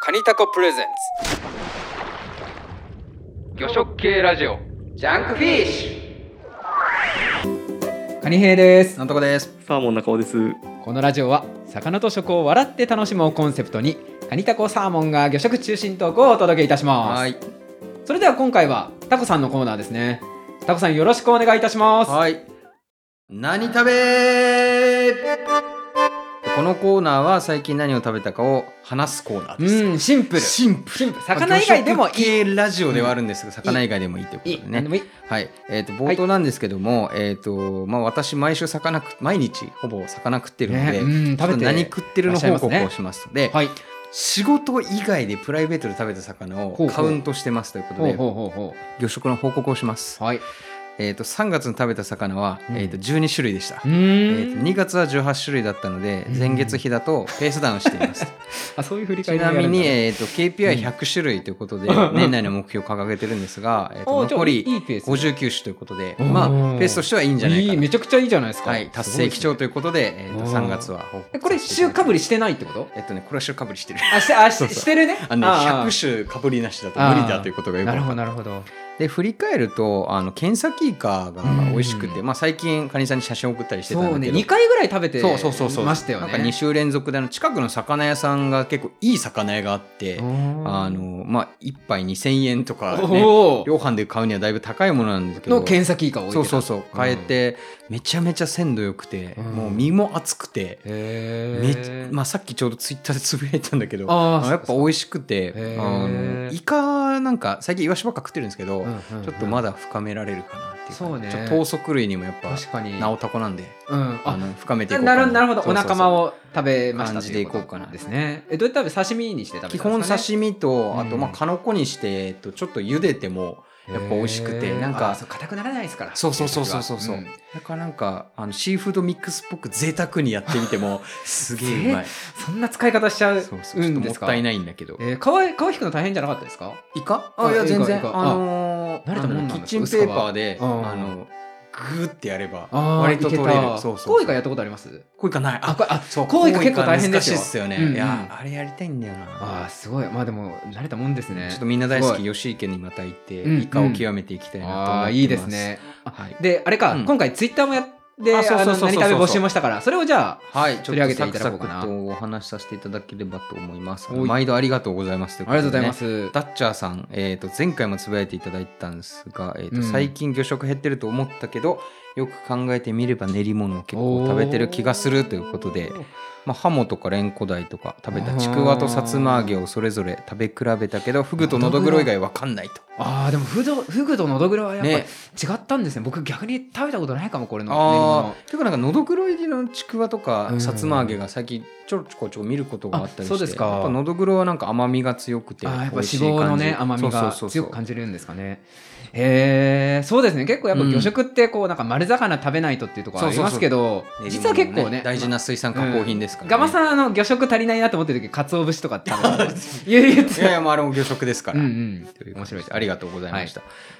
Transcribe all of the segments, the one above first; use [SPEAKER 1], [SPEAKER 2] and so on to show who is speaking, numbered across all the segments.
[SPEAKER 1] カニタコプレゼンツ魚食系ラジオジャンクフィッシュカニ兵ですなんとこです
[SPEAKER 2] サーモン中尾です。
[SPEAKER 1] このラジオは魚と食を笑って楽しもうコンセプトにカニタコサーモンが魚食中心トークをお届けいたします
[SPEAKER 3] はい
[SPEAKER 1] それでは今回はタコさんのコーナーですねタコさんよろしくお願いいたします
[SPEAKER 3] はい。何食べこのコーナーは最近何を食べたかを話すコーナーです。
[SPEAKER 1] うんシンプル
[SPEAKER 3] シンプル。
[SPEAKER 1] シンプル魚以外でもい
[SPEAKER 3] 魚
[SPEAKER 1] い
[SPEAKER 3] 食系ラジオではあるんですが、魚以外でもいいってこと
[SPEAKER 1] い
[SPEAKER 3] で
[SPEAKER 1] い、何で
[SPEAKER 3] ね。
[SPEAKER 1] もいい
[SPEAKER 3] はい。えっ、と、冒頭なんですけども、えっ、と、まあ、私、毎週魚食、毎日、ほぼ魚食ってるので、
[SPEAKER 1] ねうん
[SPEAKER 3] ちょっと
[SPEAKER 1] 食べて
[SPEAKER 3] 何食ってるの報告をしますので、
[SPEAKER 1] はい
[SPEAKER 3] 仕事以外でプライベートで食べた魚
[SPEAKER 1] ほうほ
[SPEAKER 3] を
[SPEAKER 1] う
[SPEAKER 3] カウントしてますということ
[SPEAKER 1] ほう
[SPEAKER 3] で、
[SPEAKER 1] ほうほうほ
[SPEAKER 3] 魚食の報告をします
[SPEAKER 1] う。はい
[SPEAKER 3] えっ、と、3月に食べた魚は、
[SPEAKER 1] うん
[SPEAKER 3] えっ、と、12種類でした
[SPEAKER 1] う。ー
[SPEAKER 3] え
[SPEAKER 1] ん
[SPEAKER 3] ーと2月は18種類だったので
[SPEAKER 1] うん
[SPEAKER 3] 前月比だとペースダウンしています
[SPEAKER 1] あそういう振り
[SPEAKER 3] ち
[SPEAKER 1] 返り
[SPEAKER 3] なみに、
[SPEAKER 1] え
[SPEAKER 3] えー、と KPI100 種類ということで
[SPEAKER 1] うん
[SPEAKER 3] 年内の目標を掲げてるんですが、えーと
[SPEAKER 1] おじゃあ
[SPEAKER 3] 残り
[SPEAKER 1] いいペース
[SPEAKER 3] 59種ということで
[SPEAKER 1] うん
[SPEAKER 3] まあペースとしてはいいんじゃない
[SPEAKER 1] い
[SPEAKER 3] か
[SPEAKER 1] い
[SPEAKER 3] な
[SPEAKER 1] めちゃくちゃいいじゃないですか、
[SPEAKER 3] はい、達成基調と
[SPEAKER 1] いう
[SPEAKER 3] いうことで、えーと
[SPEAKER 1] うん
[SPEAKER 3] 3月は報告
[SPEAKER 1] えこれ週かぶりしてないってこと
[SPEAKER 3] えっとねこれは週かぶりしてる
[SPEAKER 1] あしてあし
[SPEAKER 3] そうそう
[SPEAKER 1] してるね
[SPEAKER 3] あのね
[SPEAKER 1] ああ
[SPEAKER 3] 100種かぶりなしだと無理だということがよく
[SPEAKER 1] なる
[SPEAKER 3] 分
[SPEAKER 1] ほど
[SPEAKER 3] かった
[SPEAKER 1] なるほど
[SPEAKER 3] で振り返るとあのケンサキイカが美味しくて、
[SPEAKER 1] うん
[SPEAKER 3] まあ、最近カニさんに写真送ったりしてたんだ
[SPEAKER 1] そ
[SPEAKER 3] けど
[SPEAKER 1] うね2回ぐらい食べて
[SPEAKER 3] そうそうそうそう
[SPEAKER 1] ましたよね
[SPEAKER 3] なんか2週連続であの近くの魚屋さんが結構いい魚屋があって、あのまあ1杯2,000円とか、ね、
[SPEAKER 1] おー
[SPEAKER 3] 量販で買うにはだいぶ高いものなんですけど
[SPEAKER 1] の検査キーが置いて
[SPEAKER 3] そ
[SPEAKER 1] た
[SPEAKER 3] うそうそう買えて、めちゃめちゃ鮮度良くて、
[SPEAKER 1] うん
[SPEAKER 3] もう身も厚くて、
[SPEAKER 1] へ
[SPEAKER 3] め
[SPEAKER 1] え
[SPEAKER 3] まあ、さっきちょうどツイッターでつぶやいたんだけど
[SPEAKER 1] あ
[SPEAKER 3] あ
[SPEAKER 1] ー
[SPEAKER 3] のやっぱ美味しくて
[SPEAKER 1] へ
[SPEAKER 3] あ
[SPEAKER 1] ー
[SPEAKER 3] のイカなんか最近イワシばっか食ってるんですけど、
[SPEAKER 1] うんうん
[SPEAKER 3] ちょっとまだ深められるかなっていう
[SPEAKER 1] そうね
[SPEAKER 3] ちょっと等足類にもやっぱ
[SPEAKER 1] 確かに
[SPEAKER 3] なおたこなんで
[SPEAKER 1] うん
[SPEAKER 3] あ
[SPEAKER 1] あ
[SPEAKER 3] の深めてい
[SPEAKER 1] な
[SPEAKER 3] こ
[SPEAKER 1] な
[SPEAKER 3] うか
[SPEAKER 1] るなるほど
[SPEAKER 3] そうそうそう
[SPEAKER 1] お仲間を食べました
[SPEAKER 3] 感じでいこうかな
[SPEAKER 1] ということですねえどうやって食べ刺身にして食べ
[SPEAKER 3] 基
[SPEAKER 1] たん
[SPEAKER 3] 本
[SPEAKER 1] ですかね
[SPEAKER 3] 刺身と、
[SPEAKER 1] うん
[SPEAKER 3] あとまあかのこにして、えっと、ちょっと茹でてもやっぱ美味しくて
[SPEAKER 1] へー
[SPEAKER 3] なんか
[SPEAKER 1] あそう硬くならないですから
[SPEAKER 3] そうそうそうそうそうそう、
[SPEAKER 1] ん
[SPEAKER 3] だからなんかあのシーフードミックスっぽく贅沢にやってみ てもすげえうまい
[SPEAKER 1] そんな使い方しちゃう
[SPEAKER 3] そうそうちょっと
[SPEAKER 1] ん
[SPEAKER 3] も
[SPEAKER 1] で
[SPEAKER 3] っ
[SPEAKER 1] すか
[SPEAKER 3] たいないんだけど、
[SPEAKER 1] えー、皮皮引くの大変じゃなかったですか
[SPEAKER 3] イカ
[SPEAKER 1] あ
[SPEAKER 3] あい
[SPEAKER 1] イ
[SPEAKER 3] や
[SPEAKER 1] カ
[SPEAKER 3] 全然
[SPEAKER 1] イカ
[SPEAKER 3] あのー
[SPEAKER 1] あ慣れたもんなんだ
[SPEAKER 3] あのキッチンペーパーで
[SPEAKER 1] 薄皮
[SPEAKER 3] あ
[SPEAKER 1] は
[SPEAKER 3] のグーってやれば
[SPEAKER 1] あー
[SPEAKER 3] 割と取れ
[SPEAKER 1] い
[SPEAKER 3] る
[SPEAKER 1] けた
[SPEAKER 3] そうそうそう
[SPEAKER 1] コウイカやったことあります
[SPEAKER 3] こういかない
[SPEAKER 1] あこれあ
[SPEAKER 3] そう
[SPEAKER 1] こういか結構大変ですよ
[SPEAKER 3] こういか難しいっすよね、
[SPEAKER 1] うんうん
[SPEAKER 3] いやあれやりたいんだよな
[SPEAKER 1] あーすごいまあでも慣れたもんですね
[SPEAKER 3] ちょっとみんな大好
[SPEAKER 1] す
[SPEAKER 3] き
[SPEAKER 1] ごい
[SPEAKER 3] 吉池にまた行って、
[SPEAKER 1] うん
[SPEAKER 3] イカを極めていきたいなと思ってます、
[SPEAKER 1] ああーいいですねあ
[SPEAKER 3] はい
[SPEAKER 1] であれか、
[SPEAKER 3] うん
[SPEAKER 1] 今回ツイッターもやってあ
[SPEAKER 3] あそうそう
[SPEAKER 1] の
[SPEAKER 3] そうそう
[SPEAKER 1] 何食べ募集もしたからそれをじゃあ
[SPEAKER 3] はい、ちょっ
[SPEAKER 1] 取り上げ
[SPEAKER 3] と
[SPEAKER 1] て
[SPEAKER 3] サ
[SPEAKER 1] い
[SPEAKER 3] ク
[SPEAKER 1] ただ
[SPEAKER 3] サ
[SPEAKER 1] こうか
[SPEAKER 3] ク
[SPEAKER 1] な
[SPEAKER 3] とお話しさせていただければと思います。
[SPEAKER 1] おい
[SPEAKER 3] 毎度ありがとうございますと
[SPEAKER 1] あ
[SPEAKER 3] う
[SPEAKER 1] り
[SPEAKER 3] こ
[SPEAKER 1] がと
[SPEAKER 3] で
[SPEAKER 1] う
[SPEAKER 3] ね
[SPEAKER 1] ございます、
[SPEAKER 3] ダッチャーさん、えー、と前回もつぶやいていただいたんですが、えーと
[SPEAKER 1] うん
[SPEAKER 3] 最近魚食減ってると思ったけどよく考えてみれば練り物を結構食べてる気がするということで、まあ、ハモとかレンコダイとか食べたちくわとさつま揚げをそれぞれ食べ比べたけどフグとのどぐろ以外わかんないと。
[SPEAKER 1] あーでもフドフグとのどぐろはやっぱ違
[SPEAKER 3] ね
[SPEAKER 1] ったんですね僕逆に食べたことないかもこれの
[SPEAKER 3] あ
[SPEAKER 1] 練
[SPEAKER 3] ー結構なんかのどぐろ入りのちくわとか
[SPEAKER 1] うん
[SPEAKER 3] さつま揚げが最近ちょろちょこちょこ見ることがあったりして
[SPEAKER 1] あそうですか
[SPEAKER 3] やっぱのどぐろはなんか甘みが強く
[SPEAKER 1] り
[SPEAKER 3] て
[SPEAKER 1] 物あーやっぱ脂
[SPEAKER 3] 美味しい
[SPEAKER 1] 肪の
[SPEAKER 3] 感じ
[SPEAKER 1] ね甘みが
[SPEAKER 3] そうそうそうそう
[SPEAKER 1] 強く感じるんですかねへえそうですね結構やっぱ魚食ってこうなんか丸魚食べないとっていうところありますけど、
[SPEAKER 3] 練り
[SPEAKER 1] 実
[SPEAKER 3] 物
[SPEAKER 1] は
[SPEAKER 3] も
[SPEAKER 1] 結構ね
[SPEAKER 3] 大事な水産加工品ですからね、
[SPEAKER 1] ガマさんあの魚食足りないなと思ってる時鰹節とか食べ て言言って
[SPEAKER 3] いやいやもうあれも魚食ですか
[SPEAKER 1] うん
[SPEAKER 3] ら、
[SPEAKER 1] うん
[SPEAKER 3] とい
[SPEAKER 1] 面
[SPEAKER 3] う
[SPEAKER 1] 白
[SPEAKER 3] 面白
[SPEAKER 1] いで
[SPEAKER 3] い
[SPEAKER 1] すね
[SPEAKER 3] ありがとうございまし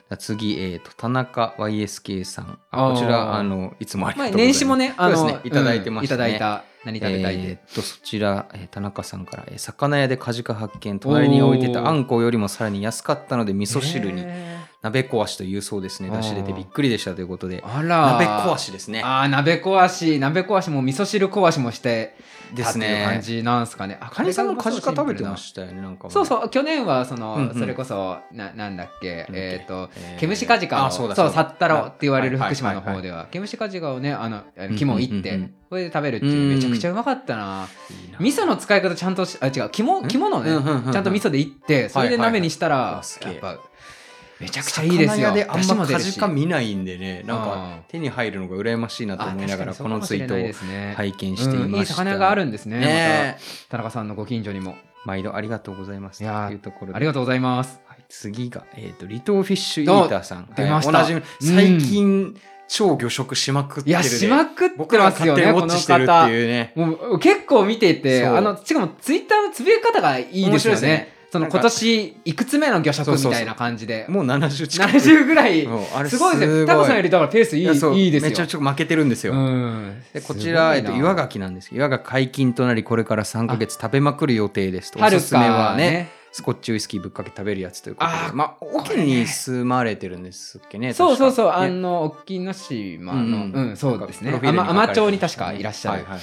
[SPEAKER 3] た、次、えー、と田中 YSK さん
[SPEAKER 1] あー
[SPEAKER 3] こちらあのいつもありが
[SPEAKER 1] まあ
[SPEAKER 3] とうござい
[SPEAKER 1] 年
[SPEAKER 3] ます、
[SPEAKER 1] 始もねあの
[SPEAKER 3] そうですねいただいてましたね
[SPEAKER 1] うんいただいた何食べたい
[SPEAKER 3] えー
[SPEAKER 1] で
[SPEAKER 3] っとそちら、えー田中さんから、えー魚屋でカジカ発見隣に置いて
[SPEAKER 1] お
[SPEAKER 3] た
[SPEAKER 1] ー
[SPEAKER 3] あんこよりもさらに安かったので味噌汁に
[SPEAKER 1] へ
[SPEAKER 3] 鍋壊しというそうですね
[SPEAKER 1] あー
[SPEAKER 3] 出汁出てびっくりでしたということで
[SPEAKER 1] ーあら
[SPEAKER 3] 鍋壊しですね
[SPEAKER 1] あー鍋壊し鍋壊しも味噌汁壊しもして
[SPEAKER 3] で
[SPEAKER 1] たっ
[SPEAKER 3] す
[SPEAKER 1] ていう
[SPEAKER 3] ね
[SPEAKER 1] 感じなんですかねあ
[SPEAKER 3] カニさんもカジカ食べてま
[SPEAKER 1] た
[SPEAKER 3] したよねなんかもね
[SPEAKER 1] そうそう去年はその、
[SPEAKER 3] うんうん
[SPEAKER 1] それこそななんだっけ
[SPEAKER 3] なんだっけ
[SPEAKER 1] えっ、と
[SPEAKER 3] えー
[SPEAKER 1] 毛虫カジカを
[SPEAKER 3] あそうだ
[SPEAKER 1] そう
[SPEAKER 3] そう
[SPEAKER 1] サ
[SPEAKER 3] だ
[SPEAKER 1] ッタロって言われる
[SPEAKER 3] はい
[SPEAKER 1] 福島の
[SPEAKER 3] はい
[SPEAKER 1] 方
[SPEAKER 3] はい
[SPEAKER 1] では毛虫カジカをねあの肝をいって、
[SPEAKER 3] うんうんうんうん
[SPEAKER 1] これで食べるっていうめちゃくちゃうまかったな、
[SPEAKER 3] いいな
[SPEAKER 1] 味噌の使い方ちゃんとしあ違う肝肝のね、
[SPEAKER 3] うんうんうんうん
[SPEAKER 1] ちゃんと味噌でいってそれで鍋にしたら、
[SPEAKER 3] はいはいはいあすげ
[SPEAKER 1] や
[SPEAKER 3] え
[SPEAKER 1] っぱめちゃくちゃいいですよ
[SPEAKER 3] 魚屋であ
[SPEAKER 1] 出汁
[SPEAKER 3] ん
[SPEAKER 1] も
[SPEAKER 3] ま
[SPEAKER 1] 出
[SPEAKER 3] カ
[SPEAKER 1] る
[SPEAKER 3] ジ
[SPEAKER 1] し
[SPEAKER 3] カ見ないんでねなん
[SPEAKER 1] あ
[SPEAKER 3] か手に入るのが羨ましいなと思いながらこのツイートを
[SPEAKER 1] 拝
[SPEAKER 3] 拝見していました、
[SPEAKER 1] いい魚があるんですね
[SPEAKER 3] ねえ
[SPEAKER 1] また田中さんのご近所にも
[SPEAKER 3] 毎度ありがとうございます
[SPEAKER 1] いやー
[SPEAKER 3] というところで
[SPEAKER 1] ありがとうございます
[SPEAKER 3] はい次が、えー、とリトーフィッシュイーターさん
[SPEAKER 1] 出ました
[SPEAKER 3] はいおなじみ最近、超魚食しまくって
[SPEAKER 1] い
[SPEAKER 3] るで
[SPEAKER 1] やしまくって
[SPEAKER 3] 僕ら
[SPEAKER 1] ま
[SPEAKER 3] が
[SPEAKER 1] す
[SPEAKER 3] 勝
[SPEAKER 1] よ
[SPEAKER 3] 手に
[SPEAKER 1] ね
[SPEAKER 3] ウォ
[SPEAKER 1] こ
[SPEAKER 3] ッ
[SPEAKER 1] の
[SPEAKER 3] チしてるって
[SPEAKER 1] 方
[SPEAKER 3] いうね
[SPEAKER 1] もう結構見ていて
[SPEAKER 3] そう
[SPEAKER 1] あのしかもツイッターのつぶやき方がいいですよ
[SPEAKER 3] 面白いです
[SPEAKER 1] ね
[SPEAKER 3] ね
[SPEAKER 1] その
[SPEAKER 3] なんか
[SPEAKER 1] 今年いくつ目の魚食
[SPEAKER 3] そう
[SPEAKER 1] み
[SPEAKER 3] そうそ
[SPEAKER 1] た
[SPEAKER 3] う
[SPEAKER 1] いな感じで
[SPEAKER 3] もう70近く
[SPEAKER 1] 70ぐらい
[SPEAKER 3] そうあれ
[SPEAKER 1] すごいです
[SPEAKER 3] ご
[SPEAKER 1] ね
[SPEAKER 3] い
[SPEAKER 1] タコさんよりだからペースいい
[SPEAKER 3] やそう
[SPEAKER 1] いいですよ
[SPEAKER 3] めちゃくちゃ負けてるんですよ、
[SPEAKER 1] うん
[SPEAKER 3] でこちら、えっ
[SPEAKER 1] すご
[SPEAKER 3] と、
[SPEAKER 1] いな
[SPEAKER 3] 岩牡蠣なんですけど岩が解禁となりこれから3か月食べまくる予定ですとお
[SPEAKER 1] 春
[SPEAKER 3] すすめは
[SPEAKER 1] か
[SPEAKER 3] ね
[SPEAKER 1] ね
[SPEAKER 3] スコッチウイスキーぶっかけ食べるやつということで
[SPEAKER 1] あー
[SPEAKER 3] まあ
[SPEAKER 1] こ
[SPEAKER 3] 沖
[SPEAKER 1] れね
[SPEAKER 3] に住まれてるんですっけね
[SPEAKER 1] そうそうそう、
[SPEAKER 3] 確か
[SPEAKER 1] あ
[SPEAKER 3] ね
[SPEAKER 1] の沖ノ島の、
[SPEAKER 3] うん
[SPEAKER 1] うん、そうですね。
[SPEAKER 3] なんかプロフィールに
[SPEAKER 1] 甘
[SPEAKER 3] 書かれ
[SPEAKER 1] 甘
[SPEAKER 3] てました
[SPEAKER 1] 町
[SPEAKER 3] ね
[SPEAKER 1] に確かいらっしゃる。
[SPEAKER 3] はいはいはい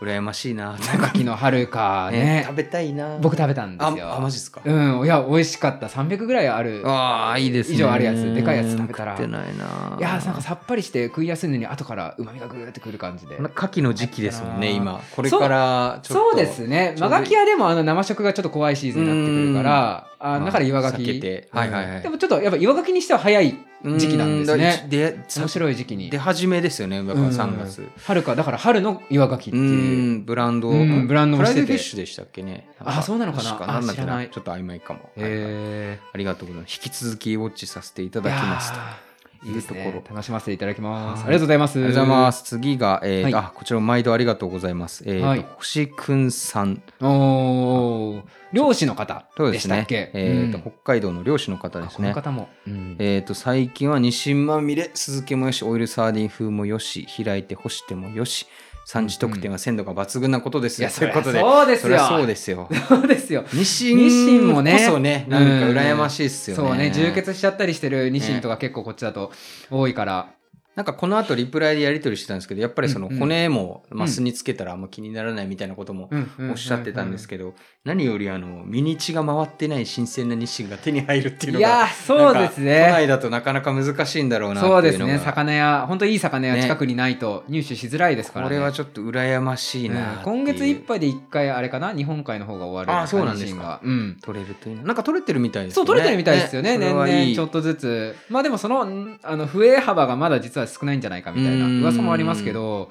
[SPEAKER 3] 羨ましいな
[SPEAKER 1] 秋の春かね
[SPEAKER 3] ね食べたいな
[SPEAKER 1] 僕食べたんですよ。
[SPEAKER 3] ああマジですか、
[SPEAKER 1] うん、いや、美味しかった。300ぐらいある。
[SPEAKER 3] ああいいですね
[SPEAKER 1] 以上あるやつでかいやつ食べたら
[SPEAKER 3] 食ってないないい
[SPEAKER 1] やー、なんかさっぱりして食いやすいのに、後から旨味がぐーってくる感じで。
[SPEAKER 3] 牡蠣の時期ですもんね
[SPEAKER 1] あったな
[SPEAKER 3] 今これからちょっと
[SPEAKER 1] そうですね。
[SPEAKER 3] ち
[SPEAKER 1] マ
[SPEAKER 3] ょうどいい
[SPEAKER 1] ガキはでもあの生食がちょっと怖いシーズンになってくるから、
[SPEAKER 3] ん
[SPEAKER 1] あ
[SPEAKER 3] まあ
[SPEAKER 1] だから岩ガ
[SPEAKER 3] 避
[SPEAKER 1] キ。
[SPEAKER 3] けてはいはいはい
[SPEAKER 1] でもちょっとやっぱ岩ガキにしては早い、時期なんですね
[SPEAKER 3] うーんだから一で
[SPEAKER 1] 面白い時期に
[SPEAKER 3] 出。始めですよねだから3
[SPEAKER 1] う
[SPEAKER 3] 月
[SPEAKER 1] ん春か、だから春の岩ガキっ
[SPEAKER 3] う
[SPEAKER 1] ていう。
[SPEAKER 3] んブランド
[SPEAKER 1] うんブランドもしてて
[SPEAKER 3] プライドフィッシュでしたっけね
[SPEAKER 1] あそうなのかな
[SPEAKER 3] 確
[SPEAKER 1] あ
[SPEAKER 3] んだっけ
[SPEAKER 1] 知らない
[SPEAKER 3] ちょっと曖昧かも、はいはい
[SPEAKER 1] へ
[SPEAKER 3] ありがとうございます引き続きウォッチさせていた
[SPEAKER 1] ー
[SPEAKER 3] だきます
[SPEAKER 1] い
[SPEAKER 3] と
[SPEAKER 1] や
[SPEAKER 3] あ
[SPEAKER 1] ー
[SPEAKER 3] いう
[SPEAKER 1] いいです
[SPEAKER 3] と
[SPEAKER 1] ね
[SPEAKER 3] こ。ろ
[SPEAKER 1] 楽しませていただきます。あ
[SPEAKER 3] はい
[SPEAKER 1] りがとうございます。。
[SPEAKER 3] りがとうございますす次が、えー
[SPEAKER 1] はい
[SPEAKER 3] あこちらも毎度ありがとうございます、えーと
[SPEAKER 1] はい
[SPEAKER 3] 星くんさん
[SPEAKER 1] おー漁師の方
[SPEAKER 3] そう
[SPEAKER 1] で
[SPEAKER 3] で
[SPEAKER 1] し
[SPEAKER 3] す
[SPEAKER 1] たっ
[SPEAKER 3] ね
[SPEAKER 1] け
[SPEAKER 3] えーと
[SPEAKER 1] うん
[SPEAKER 3] 北海道の漁師の方で
[SPEAKER 1] あ
[SPEAKER 3] す
[SPEAKER 1] この
[SPEAKER 3] ね
[SPEAKER 1] 方も。うん
[SPEAKER 3] えー、と最近はニシンまみれ酢漬けもよしオイルサーディン風もよし開いて干してもよし産地特典は鮮度が抜群なことです
[SPEAKER 1] い
[SPEAKER 3] よ、
[SPEAKER 1] や、
[SPEAKER 3] と
[SPEAKER 1] そ
[SPEAKER 3] いう
[SPEAKER 1] りゃ
[SPEAKER 3] ことで
[SPEAKER 1] そうです
[SPEAKER 3] そり
[SPEAKER 1] よ。
[SPEAKER 3] ゃそうですよ
[SPEAKER 1] そうですよ。
[SPEAKER 3] ニシン
[SPEAKER 1] ニシンもね
[SPEAKER 3] こそねなんか羨ましいっすよね、
[SPEAKER 1] そうね、充血しちゃったりしてるニシンとか結構こっちだと多いから。
[SPEAKER 3] なんかこの後リプライでやり取りしてたんですけどやっぱりその
[SPEAKER 1] うんうん
[SPEAKER 3] 骨もマ
[SPEAKER 1] う
[SPEAKER 3] ス
[SPEAKER 1] ん
[SPEAKER 3] につけたらあんま気にならないみたいなこともお
[SPEAKER 1] お
[SPEAKER 3] っしゃってたんですけど、何よりあの身に血が回ってない新鮮なニシンが手に入るっていうの
[SPEAKER 1] いや
[SPEAKER 3] が
[SPEAKER 1] ー、そうです
[SPEAKER 3] なんか都内
[SPEAKER 1] ね。
[SPEAKER 3] だとなかなか難しいんだろうなっていうの
[SPEAKER 1] そう
[SPEAKER 3] が
[SPEAKER 1] ですね。魚屋、本当いい魚屋
[SPEAKER 3] ね
[SPEAKER 1] 近くにないと入手しづらいですから
[SPEAKER 3] こ
[SPEAKER 1] ね。
[SPEAKER 3] れはちょっと羨ましい
[SPEAKER 1] うん
[SPEAKER 3] な、
[SPEAKER 1] 今月いっぱいで一回あれかな日本海の方が終わる
[SPEAKER 3] あそうなんで
[SPEAKER 1] ニ
[SPEAKER 3] すか
[SPEAKER 1] シンがうん
[SPEAKER 3] 取れるというなんか取れてるみたいです
[SPEAKER 1] そう取れてるみたいですよね年
[SPEAKER 3] それはい
[SPEAKER 1] 々
[SPEAKER 3] い
[SPEAKER 1] ちょっとずつまあでもそのんあの増え幅がまだ実は少ないんじゃないかみたいな
[SPEAKER 3] うん
[SPEAKER 1] 噂もありますけど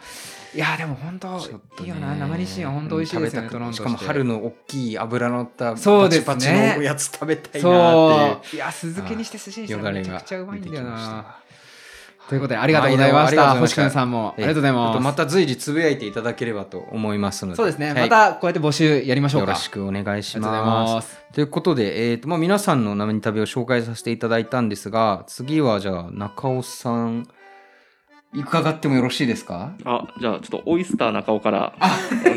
[SPEAKER 1] いやでも本当
[SPEAKER 3] ちょっと
[SPEAKER 1] い
[SPEAKER 3] ね
[SPEAKER 1] いよな生ニシンは本当美味しいですよね
[SPEAKER 3] 食
[SPEAKER 1] ト
[SPEAKER 3] べた
[SPEAKER 1] ロン
[SPEAKER 3] く
[SPEAKER 1] と
[SPEAKER 3] してかも春の大きい脂のった
[SPEAKER 1] そう
[SPEAKER 3] パ
[SPEAKER 1] ですね
[SPEAKER 3] チパチのおやつ食べたいなっ
[SPEAKER 1] そういや酢漬けにして寿司
[SPEAKER 3] て
[SPEAKER 1] に
[SPEAKER 3] いう
[SPEAKER 1] した
[SPEAKER 3] よが
[SPEAKER 1] ら
[SPEAKER 3] れ
[SPEAKER 1] めち
[SPEAKER 3] が
[SPEAKER 1] ゃくちゃうまいんだよ
[SPEAKER 3] 出てきま
[SPEAKER 1] な
[SPEAKER 3] した
[SPEAKER 1] ということでありがとうございまし
[SPEAKER 3] は
[SPEAKER 1] た
[SPEAKER 3] ありがとうご
[SPEAKER 1] 星
[SPEAKER 3] ざ
[SPEAKER 1] く
[SPEAKER 3] いま
[SPEAKER 1] ん
[SPEAKER 3] した
[SPEAKER 1] さんもありがとうござい
[SPEAKER 3] ちょっと
[SPEAKER 1] ま
[SPEAKER 3] ますた随時つぶやいていただければと思いますので
[SPEAKER 1] そうですね
[SPEAKER 3] はい
[SPEAKER 1] またこうやって募集やりましょう
[SPEAKER 3] よ
[SPEAKER 1] か
[SPEAKER 3] ろ
[SPEAKER 1] あ
[SPEAKER 3] しくお願いし
[SPEAKER 1] りがとうござい
[SPEAKER 3] ます
[SPEAKER 1] ます
[SPEAKER 3] ということで、えーとまあ、皆さんの生に食べを紹介させていただいたんですが次はじゃあ中尾さん伺ってもよろしいですか
[SPEAKER 2] あ、じゃあちょっとオイスター中尾から。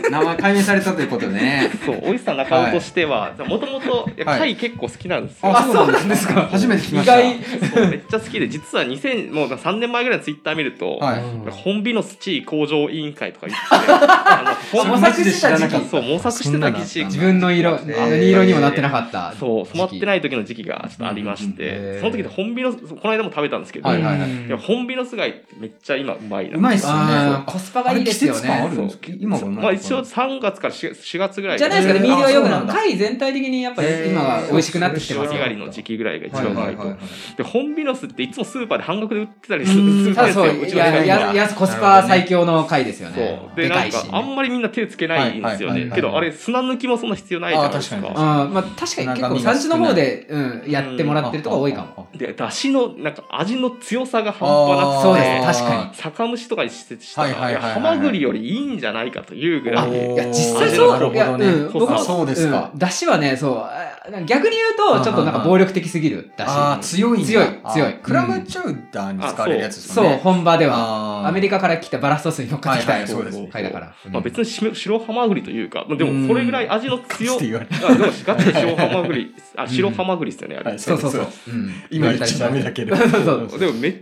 [SPEAKER 3] 名前解明されたということでね
[SPEAKER 2] そう、オイスター中尾としては、もともと
[SPEAKER 3] はい
[SPEAKER 2] 貝結構好きなんです よ。
[SPEAKER 3] あそうなんですか初めて聞きました
[SPEAKER 1] 意外
[SPEAKER 2] そうめっちゃ好きで、実は2000、もう3年前ぐらいのツイッター見ると、
[SPEAKER 3] はい
[SPEAKER 2] 本美の土工場委員会とか 言って、あの
[SPEAKER 1] 模
[SPEAKER 2] ほん
[SPEAKER 1] 索してた時期
[SPEAKER 2] そう、模索してた時
[SPEAKER 1] 自
[SPEAKER 2] 期。
[SPEAKER 1] 分の色、あの色にもなってなかった。。
[SPEAKER 2] そう、染まってないい時の時期がちょっとありまして、
[SPEAKER 1] うんうんへー
[SPEAKER 2] その時で本美の、そうこの間も食べたんですけど、
[SPEAKER 3] はいはいはい
[SPEAKER 2] いや本美の酢貝ってめっちゃ今うまいな。
[SPEAKER 3] うまいっすよ
[SPEAKER 1] あ
[SPEAKER 3] ね
[SPEAKER 1] ーコスパがいいですよ
[SPEAKER 3] あれ季節感あ
[SPEAKER 1] ね
[SPEAKER 3] る。んですか今がうまいのかな
[SPEAKER 2] まあ一応3月から 4, 月ぐらい
[SPEAKER 1] じゃないですかね、
[SPEAKER 3] えー
[SPEAKER 1] 右が良くな
[SPEAKER 3] あそうなん
[SPEAKER 1] る。
[SPEAKER 3] だ
[SPEAKER 1] 貝全体的にやっぱ
[SPEAKER 3] へー
[SPEAKER 1] 今は美味しくなってきて
[SPEAKER 2] 潮
[SPEAKER 1] ま
[SPEAKER 2] 干
[SPEAKER 1] すよ
[SPEAKER 2] 狩。りの時期ぐらいが一番うまいと。
[SPEAKER 3] はいはいはい
[SPEAKER 2] で、本ビノスっていつもスーパーで半額で売ってたりするん
[SPEAKER 1] うん
[SPEAKER 2] です
[SPEAKER 1] ただそ
[SPEAKER 2] よ、
[SPEAKER 1] う、
[SPEAKER 2] う
[SPEAKER 1] い
[SPEAKER 2] ちの
[SPEAKER 1] や、
[SPEAKER 2] 近く
[SPEAKER 1] や
[SPEAKER 2] は。
[SPEAKER 1] やすコスパ最強の貝ですよね
[SPEAKER 2] そ。う。
[SPEAKER 1] で
[SPEAKER 2] で、
[SPEAKER 1] か
[SPEAKER 2] ないん
[SPEAKER 1] し
[SPEAKER 2] か、。
[SPEAKER 1] う
[SPEAKER 2] あ
[SPEAKER 1] ん
[SPEAKER 2] んまりみんな手つけないんですよ
[SPEAKER 3] はいはいはい
[SPEAKER 2] ね
[SPEAKER 3] は。い
[SPEAKER 2] けど、あれ、砂抜きもそんな必要ないじゃないです
[SPEAKER 3] あー確
[SPEAKER 2] か。
[SPEAKER 1] まあ確かに結構産地の方で、うん、やってもらってるとこ多いかも。
[SPEAKER 2] で、出汁の、なんか、味の強さが半
[SPEAKER 3] あ
[SPEAKER 2] 端
[SPEAKER 3] ー
[SPEAKER 2] な
[SPEAKER 1] そう
[SPEAKER 2] く
[SPEAKER 1] で
[SPEAKER 2] て、
[SPEAKER 1] す、確かに。
[SPEAKER 2] 酒蒸しとかにしてした
[SPEAKER 3] はいはい
[SPEAKER 2] ら、い
[SPEAKER 3] は
[SPEAKER 2] や
[SPEAKER 3] いはい
[SPEAKER 2] ハマグリよりいいんじゃないかというぐらい、
[SPEAKER 1] いや実際
[SPEAKER 2] そう
[SPEAKER 3] なるほ
[SPEAKER 1] いや
[SPEAKER 3] どね、
[SPEAKER 1] うん僕も
[SPEAKER 3] あそうですか、
[SPEAKER 1] うん出汁はね、そうあ、逆に言うと、ちょっとなんか暴力的すぎる出
[SPEAKER 3] あー
[SPEAKER 1] 汁。
[SPEAKER 3] 強いんだ
[SPEAKER 1] 強い強い
[SPEAKER 3] あークラムチャウダーに使われるやつです
[SPEAKER 1] そ
[SPEAKER 3] よ
[SPEAKER 1] う、
[SPEAKER 3] ね、
[SPEAKER 1] 本場では。
[SPEAKER 3] あ
[SPEAKER 1] アメリ
[SPEAKER 3] カ
[SPEAKER 1] カから来たバラソースに乗っかってきた
[SPEAKER 3] はいはいそうです
[SPEAKER 1] 貝だから。
[SPEAKER 2] まあ別にしめ白ハマグリというか、まあでもそれぐらい味の強
[SPEAKER 3] って言われ
[SPEAKER 2] あでもガチで白ハマグリ、あ、白ハマグリですよね、あれ。
[SPEAKER 1] そうそうそう。うん
[SPEAKER 3] 今言っちゃダメだけ ど
[SPEAKER 1] そうそう
[SPEAKER 2] でもめっ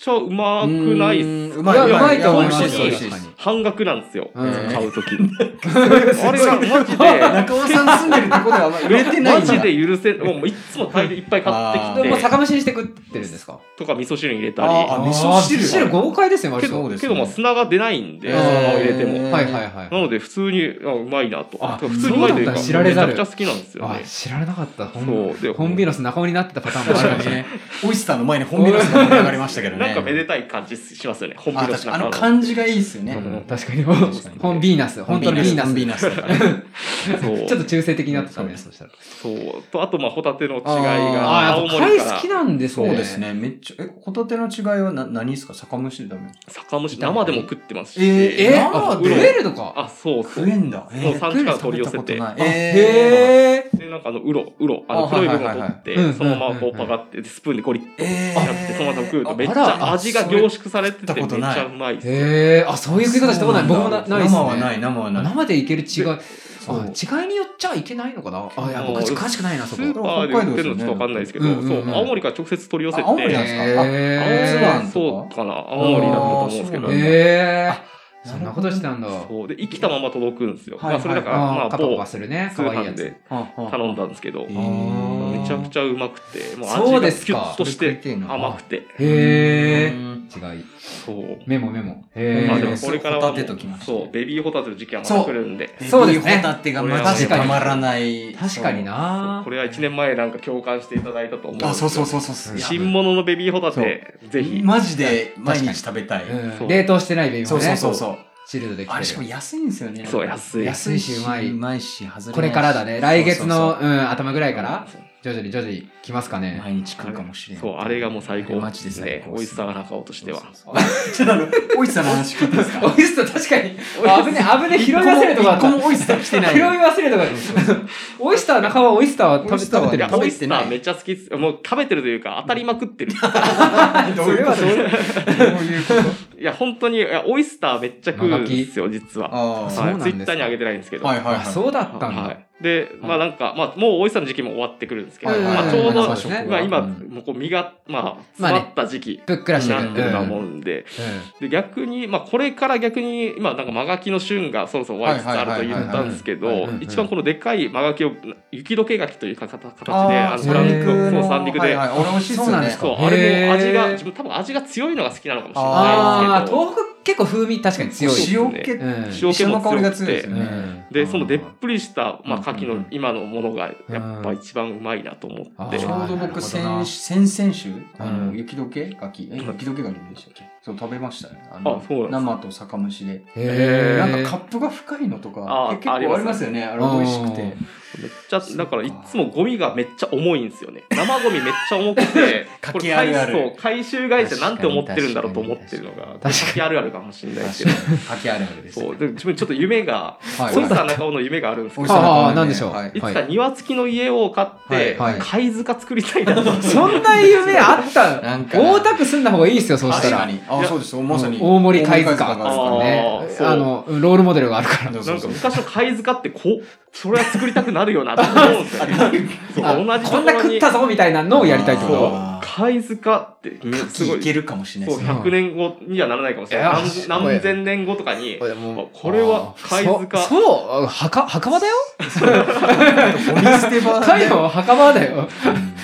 [SPEAKER 2] ちゃうまくないっす
[SPEAKER 3] う
[SPEAKER 1] いやうま
[SPEAKER 3] ま
[SPEAKER 1] い
[SPEAKER 3] い
[SPEAKER 1] と思いま
[SPEAKER 2] い
[SPEAKER 1] す
[SPEAKER 2] や
[SPEAKER 1] よ
[SPEAKER 3] 美
[SPEAKER 2] 美味しい
[SPEAKER 3] 味
[SPEAKER 2] です
[SPEAKER 3] しい
[SPEAKER 1] 確かに
[SPEAKER 2] 半額なんですよ、
[SPEAKER 1] うん
[SPEAKER 2] 買 う時あれはマジで
[SPEAKER 3] 中尾さん住んでるとこではあんま売れてないんだ
[SPEAKER 2] マジで許せんもういっつも大量いっぱい買って
[SPEAKER 1] で
[SPEAKER 2] き
[SPEAKER 1] もう
[SPEAKER 2] て
[SPEAKER 1] 酒蒸しにして食ってるんですか
[SPEAKER 2] とか味噌汁に入れた
[SPEAKER 3] あ
[SPEAKER 2] り
[SPEAKER 3] 味噌汁
[SPEAKER 1] あー味噌汁豪快ですよ、
[SPEAKER 2] け
[SPEAKER 1] 割と。
[SPEAKER 3] そう
[SPEAKER 2] ど
[SPEAKER 3] です
[SPEAKER 2] け
[SPEAKER 3] ね
[SPEAKER 2] どもう砂が出ないんで
[SPEAKER 3] へー
[SPEAKER 2] そのまま入れても
[SPEAKER 3] ー
[SPEAKER 1] はいはいはい。
[SPEAKER 2] なので普通にあうまいなと
[SPEAKER 1] あ
[SPEAKER 2] 普通にうまいというか
[SPEAKER 1] そうなんだ知られ
[SPEAKER 2] めち
[SPEAKER 1] ざ
[SPEAKER 2] ゃ
[SPEAKER 1] る
[SPEAKER 2] くちゃ好きなんですよ
[SPEAKER 1] あ
[SPEAKER 2] ね、
[SPEAKER 1] 知られなかった。ほん
[SPEAKER 2] そうで
[SPEAKER 1] ホンビノス仲間になってたパターンもあるかも
[SPEAKER 3] 確か
[SPEAKER 1] し
[SPEAKER 3] に
[SPEAKER 1] れない。
[SPEAKER 3] ねオイスターの前に本ビノスが盛り上がりましたけどね
[SPEAKER 2] なんかめでたい感じしますよね本
[SPEAKER 3] あ
[SPEAKER 2] 気
[SPEAKER 3] 確
[SPEAKER 2] の
[SPEAKER 3] か
[SPEAKER 2] 砂
[SPEAKER 3] にあの感じがいいですよね、
[SPEAKER 1] うん確かに。ホンビーナス。本当にビーナス。
[SPEAKER 3] ビー
[SPEAKER 1] ち
[SPEAKER 3] ナスだからね
[SPEAKER 2] そう
[SPEAKER 1] ょっと中性的になってたね、そしたら。
[SPEAKER 2] そうとあとまあホタテの違いが
[SPEAKER 1] あ
[SPEAKER 2] 青
[SPEAKER 1] あー、やっぱ
[SPEAKER 2] 森か
[SPEAKER 1] 貝好
[SPEAKER 2] ら
[SPEAKER 1] きなんです
[SPEAKER 3] そう
[SPEAKER 1] ね。
[SPEAKER 3] です。ねめっちゃえホタテの違いはな何ですか酒蒸しでダメ
[SPEAKER 2] 酒蒸し生でも食ってますし、
[SPEAKER 3] え
[SPEAKER 1] え
[SPEAKER 3] なん
[SPEAKER 1] あ、
[SPEAKER 3] か
[SPEAKER 1] 食えるのか。
[SPEAKER 2] あそうそう
[SPEAKER 3] 食えんだえ
[SPEAKER 2] そう
[SPEAKER 3] ー
[SPEAKER 2] 産地から取り寄せて
[SPEAKER 3] 食えたことない
[SPEAKER 1] あ
[SPEAKER 3] え
[SPEAKER 1] へえ。
[SPEAKER 2] でななんかあの、うろ、うろ、あの、
[SPEAKER 3] あ
[SPEAKER 2] 黒い部分
[SPEAKER 3] は
[SPEAKER 2] を
[SPEAKER 3] いはいは
[SPEAKER 2] 取
[SPEAKER 3] い
[SPEAKER 2] って
[SPEAKER 1] うんうんうん、
[SPEAKER 2] そのままこうパカって、スプーンでゴリッ
[SPEAKER 3] え
[SPEAKER 2] やって、そのまま食うと、めっち
[SPEAKER 1] あら
[SPEAKER 2] ゃ味が凝縮されて
[SPEAKER 3] そ
[SPEAKER 2] て、
[SPEAKER 3] れ
[SPEAKER 2] めっちゃうまいです。
[SPEAKER 1] へえあそういう食い方したことない僕もなないですね
[SPEAKER 3] 生はない生はない
[SPEAKER 1] 生でいける違い
[SPEAKER 2] で
[SPEAKER 1] あ違いによっちゃいけないのかなあいや僕
[SPEAKER 2] あー
[SPEAKER 1] 詳しくないなそ
[SPEAKER 2] ス
[SPEAKER 1] こ
[SPEAKER 2] ーパーで売ってるのちょっとわかんないですけど、
[SPEAKER 1] うんうんうん
[SPEAKER 2] そう、青森から直接取り寄せて、
[SPEAKER 3] あ青森なんですか
[SPEAKER 1] へ
[SPEAKER 3] あ青津湾
[SPEAKER 2] そうかな、青森だったと思うんですけ
[SPEAKER 3] あーそうな
[SPEAKER 2] ど
[SPEAKER 3] ん、だ
[SPEAKER 1] へえ
[SPEAKER 3] あ
[SPEAKER 1] そんなことしてたんだ
[SPEAKER 2] そう、で、生きたまま届くんですよ。
[SPEAKER 3] はい
[SPEAKER 2] まあ、それだから、ま
[SPEAKER 1] あー
[SPEAKER 2] あ、
[SPEAKER 1] カパカ
[SPEAKER 2] 某
[SPEAKER 1] パするね
[SPEAKER 2] 通
[SPEAKER 1] 可愛いや
[SPEAKER 2] 販
[SPEAKER 1] つ
[SPEAKER 2] で
[SPEAKER 3] 頼
[SPEAKER 2] 頼んだんですけど、
[SPEAKER 3] え
[SPEAKER 2] め
[SPEAKER 3] ー
[SPEAKER 2] ちゃくちゃうまくて、もう
[SPEAKER 1] そう
[SPEAKER 2] 味
[SPEAKER 1] で
[SPEAKER 2] が
[SPEAKER 1] すか
[SPEAKER 2] キュッとし
[SPEAKER 3] それ食いてえ
[SPEAKER 2] て、
[SPEAKER 3] な
[SPEAKER 2] 甘くて、
[SPEAKER 1] へえ
[SPEAKER 3] え
[SPEAKER 1] 違い
[SPEAKER 2] そう。
[SPEAKER 1] メモメモ
[SPEAKER 3] え
[SPEAKER 1] へ
[SPEAKER 2] まあ、
[SPEAKER 3] ー
[SPEAKER 2] でも
[SPEAKER 1] え
[SPEAKER 2] これからは
[SPEAKER 3] ホタテときま
[SPEAKER 2] も
[SPEAKER 3] し
[SPEAKER 2] う、
[SPEAKER 3] た
[SPEAKER 2] そう、ベビーホタテの時期はまた来るんで、
[SPEAKER 1] そうですね
[SPEAKER 3] ホタテがマジでたまらない
[SPEAKER 1] 確かにな
[SPEAKER 2] これは1年前なんか共感していただいたと思うんです
[SPEAKER 3] あ
[SPEAKER 2] けど
[SPEAKER 3] そうそうそうそうそういや
[SPEAKER 2] 新物のベビーホタテ、ぜひ。
[SPEAKER 3] マジで毎日食べたい、
[SPEAKER 1] うん
[SPEAKER 2] そう
[SPEAKER 1] 冷凍してないベビー
[SPEAKER 3] そ
[SPEAKER 1] も
[SPEAKER 3] うそう
[SPEAKER 1] ね
[SPEAKER 3] そうそう
[SPEAKER 1] チルドでき
[SPEAKER 3] あれしてかも
[SPEAKER 1] る
[SPEAKER 3] 安いんですよね
[SPEAKER 2] そう、安い。
[SPEAKER 1] 安いしうまいう
[SPEAKER 3] まいし外れないし
[SPEAKER 1] これからだね来月
[SPEAKER 3] そう
[SPEAKER 1] の
[SPEAKER 3] そ
[SPEAKER 1] う
[SPEAKER 3] う
[SPEAKER 1] ん頭ぐらいから
[SPEAKER 2] そう
[SPEAKER 1] 徐々に徐々に来ますか
[SPEAKER 3] そう
[SPEAKER 1] ね
[SPEAKER 3] 毎日食うかもしれん
[SPEAKER 2] そう、あれがもう最
[SPEAKER 3] あれ
[SPEAKER 2] 高
[SPEAKER 3] マ
[SPEAKER 2] で
[SPEAKER 3] ジです最
[SPEAKER 2] ね。
[SPEAKER 3] 高
[SPEAKER 2] 美味しさが中尾としては。
[SPEAKER 3] そう そうそうちょっとあのおいしさの話聞いていいで すか
[SPEAKER 1] おいしさ確かに危ね危ね拾い忘れるとこあっ
[SPEAKER 3] 一個
[SPEAKER 1] た
[SPEAKER 3] もオイスター来てない
[SPEAKER 1] 拾い忘れた から。オイスター、中はオイスターは食べ食べて
[SPEAKER 2] い
[SPEAKER 1] る
[SPEAKER 2] や、
[SPEAKER 3] 食
[SPEAKER 2] オ
[SPEAKER 3] べ
[SPEAKER 2] イ
[SPEAKER 3] て
[SPEAKER 2] スタ
[SPEAKER 3] ない
[SPEAKER 2] ーめっちゃ好きっす。もう食べてるというか、当たりまくってる。
[SPEAKER 3] どういうこと
[SPEAKER 1] それ
[SPEAKER 3] どういうこと
[SPEAKER 2] いや、本当に、いやオイスターめっちゃ食うんですよ、実は。
[SPEAKER 3] あ
[SPEAKER 1] ー
[SPEAKER 3] あ
[SPEAKER 1] そうな
[SPEAKER 2] は、
[SPEAKER 1] いん
[SPEAKER 2] ツ
[SPEAKER 1] で
[SPEAKER 2] イ
[SPEAKER 1] すか
[SPEAKER 2] ッターに上げてないんですけど。
[SPEAKER 3] はいはい
[SPEAKER 1] あ、
[SPEAKER 3] はい
[SPEAKER 1] そうだったん
[SPEAKER 2] は
[SPEAKER 1] だ。
[SPEAKER 2] い。で、まあなんか、まあ、もうオイスターの時期も終わってくるんですけど、
[SPEAKER 1] はいはいはい
[SPEAKER 2] まあちょう
[SPEAKER 1] ま
[SPEAKER 2] ど
[SPEAKER 1] あそうですね、
[SPEAKER 2] まあ今、
[SPEAKER 3] うん
[SPEAKER 2] もうこう身が、まあ、
[SPEAKER 1] まあね
[SPEAKER 2] 詰まった時期
[SPEAKER 1] ふっくらし
[SPEAKER 2] に
[SPEAKER 1] て
[SPEAKER 2] な
[SPEAKER 1] る。
[SPEAKER 2] ってると
[SPEAKER 1] う
[SPEAKER 2] 思
[SPEAKER 1] ん
[SPEAKER 2] うんで、
[SPEAKER 1] うん
[SPEAKER 2] で逆に、まあ、これから逆に今なんかマガキの旬がそろそろ終わりつつあると言ったんですけ
[SPEAKER 3] はいはい
[SPEAKER 1] はいはい
[SPEAKER 2] ど
[SPEAKER 1] はい
[SPEAKER 2] 一番このでかいマガキを雪解け柿というか形で
[SPEAKER 3] あー
[SPEAKER 2] あのフランク
[SPEAKER 1] へー
[SPEAKER 2] をそう三陸
[SPEAKER 3] はい
[SPEAKER 2] で。
[SPEAKER 3] はい、俺美味しいっす
[SPEAKER 1] そうな
[SPEAKER 3] よ
[SPEAKER 1] んで
[SPEAKER 3] ね
[SPEAKER 1] すか
[SPEAKER 2] そうあれも味
[SPEAKER 1] へー
[SPEAKER 2] が自分多分味が強いのが好きなのかもしれない
[SPEAKER 1] あー、
[SPEAKER 2] ですけど
[SPEAKER 1] 東北結構風味確かに強い。
[SPEAKER 3] 塩
[SPEAKER 2] そう
[SPEAKER 3] 気、
[SPEAKER 2] です
[SPEAKER 1] うん
[SPEAKER 2] 塩気も
[SPEAKER 3] 塩の香りが
[SPEAKER 2] 強
[SPEAKER 3] 強
[SPEAKER 2] く
[SPEAKER 3] いです
[SPEAKER 2] て
[SPEAKER 3] よ
[SPEAKER 1] う
[SPEAKER 3] ね
[SPEAKER 1] ん
[SPEAKER 2] でそのでっぷりしたまあ
[SPEAKER 3] うん
[SPEAKER 2] 牡蠣の今のものがやっぱ一番うまいなと思
[SPEAKER 1] あ
[SPEAKER 2] って
[SPEAKER 1] ー
[SPEAKER 3] ち
[SPEAKER 1] そ
[SPEAKER 3] ょうど
[SPEAKER 1] なるほ
[SPEAKER 3] 僕
[SPEAKER 1] どな
[SPEAKER 3] 先先々週あの、
[SPEAKER 1] うん
[SPEAKER 3] 雪解け柿え雪解け柿でしたっけそう食べましたねあ
[SPEAKER 2] あそうなん
[SPEAKER 3] 生と酒蒸しで、
[SPEAKER 1] へー
[SPEAKER 3] なんかカップが深いのとか
[SPEAKER 2] あー
[SPEAKER 3] え結構あ
[SPEAKER 2] あ
[SPEAKER 3] り
[SPEAKER 2] ります
[SPEAKER 3] ますよねあれ美味しくて
[SPEAKER 2] めっちゃだからいつもゴミがめっちゃ重いんですよね生ゴミめっちゃ重 くて
[SPEAKER 3] 柿
[SPEAKER 2] これ
[SPEAKER 3] あるある
[SPEAKER 2] そう回収会社なんて思ってるんだろうと思ってるのが
[SPEAKER 1] 確かに
[SPEAKER 2] 柿あるあるかもしれないですけど
[SPEAKER 3] 確かに柿あるあるです
[SPEAKER 2] そう、で自分ちょっと夢が、
[SPEAKER 3] はい
[SPEAKER 2] オイスター中尾の夢があるんですけ
[SPEAKER 3] 美味
[SPEAKER 2] ど、
[SPEAKER 3] しさの
[SPEAKER 1] あー
[SPEAKER 3] 中にね
[SPEAKER 1] なんでしょう
[SPEAKER 3] はい
[SPEAKER 2] いつか庭付きの家を買って、
[SPEAKER 3] はい
[SPEAKER 1] はい
[SPEAKER 2] 貝塚作りたいなと思って。
[SPEAKER 1] そんな夢あった
[SPEAKER 3] なんかな
[SPEAKER 1] 大田区住んだ方がいいですよ、そうした。
[SPEAKER 3] 確からにあそうですまさに
[SPEAKER 1] 大森貝塚
[SPEAKER 3] 大森
[SPEAKER 2] あ
[SPEAKER 3] 貝
[SPEAKER 1] ね
[SPEAKER 2] ーそう
[SPEAKER 1] あの、ロールモデルがあるから。
[SPEAKER 3] 塚
[SPEAKER 2] なんか
[SPEAKER 3] そうそう
[SPEAKER 2] 昔の貝塚ってこう、それは作りたくなるよなと思うんです よね。そう
[SPEAKER 1] あ
[SPEAKER 2] 同じと
[SPEAKER 1] こ
[SPEAKER 2] こ
[SPEAKER 1] んな
[SPEAKER 2] ろ
[SPEAKER 1] 食っ
[SPEAKER 2] に。
[SPEAKER 1] たぞみたいなのをやりたいって
[SPEAKER 2] そ
[SPEAKER 1] こ
[SPEAKER 2] う
[SPEAKER 3] あー
[SPEAKER 2] 貝塚って、ねすご
[SPEAKER 3] 柿い
[SPEAKER 2] い。
[SPEAKER 3] けるかもしれない
[SPEAKER 2] そ
[SPEAKER 3] で
[SPEAKER 2] う、
[SPEAKER 3] すね
[SPEAKER 2] 100年後にはならないかもしれな
[SPEAKER 1] い
[SPEAKER 2] い
[SPEAKER 1] や。
[SPEAKER 2] 何何千年後とかに、
[SPEAKER 1] と。
[SPEAKER 2] これは貝塚
[SPEAKER 1] そ。そう、墓、墓場だよ
[SPEAKER 3] ゴミ捨て場
[SPEAKER 1] 貝の墓場だよ。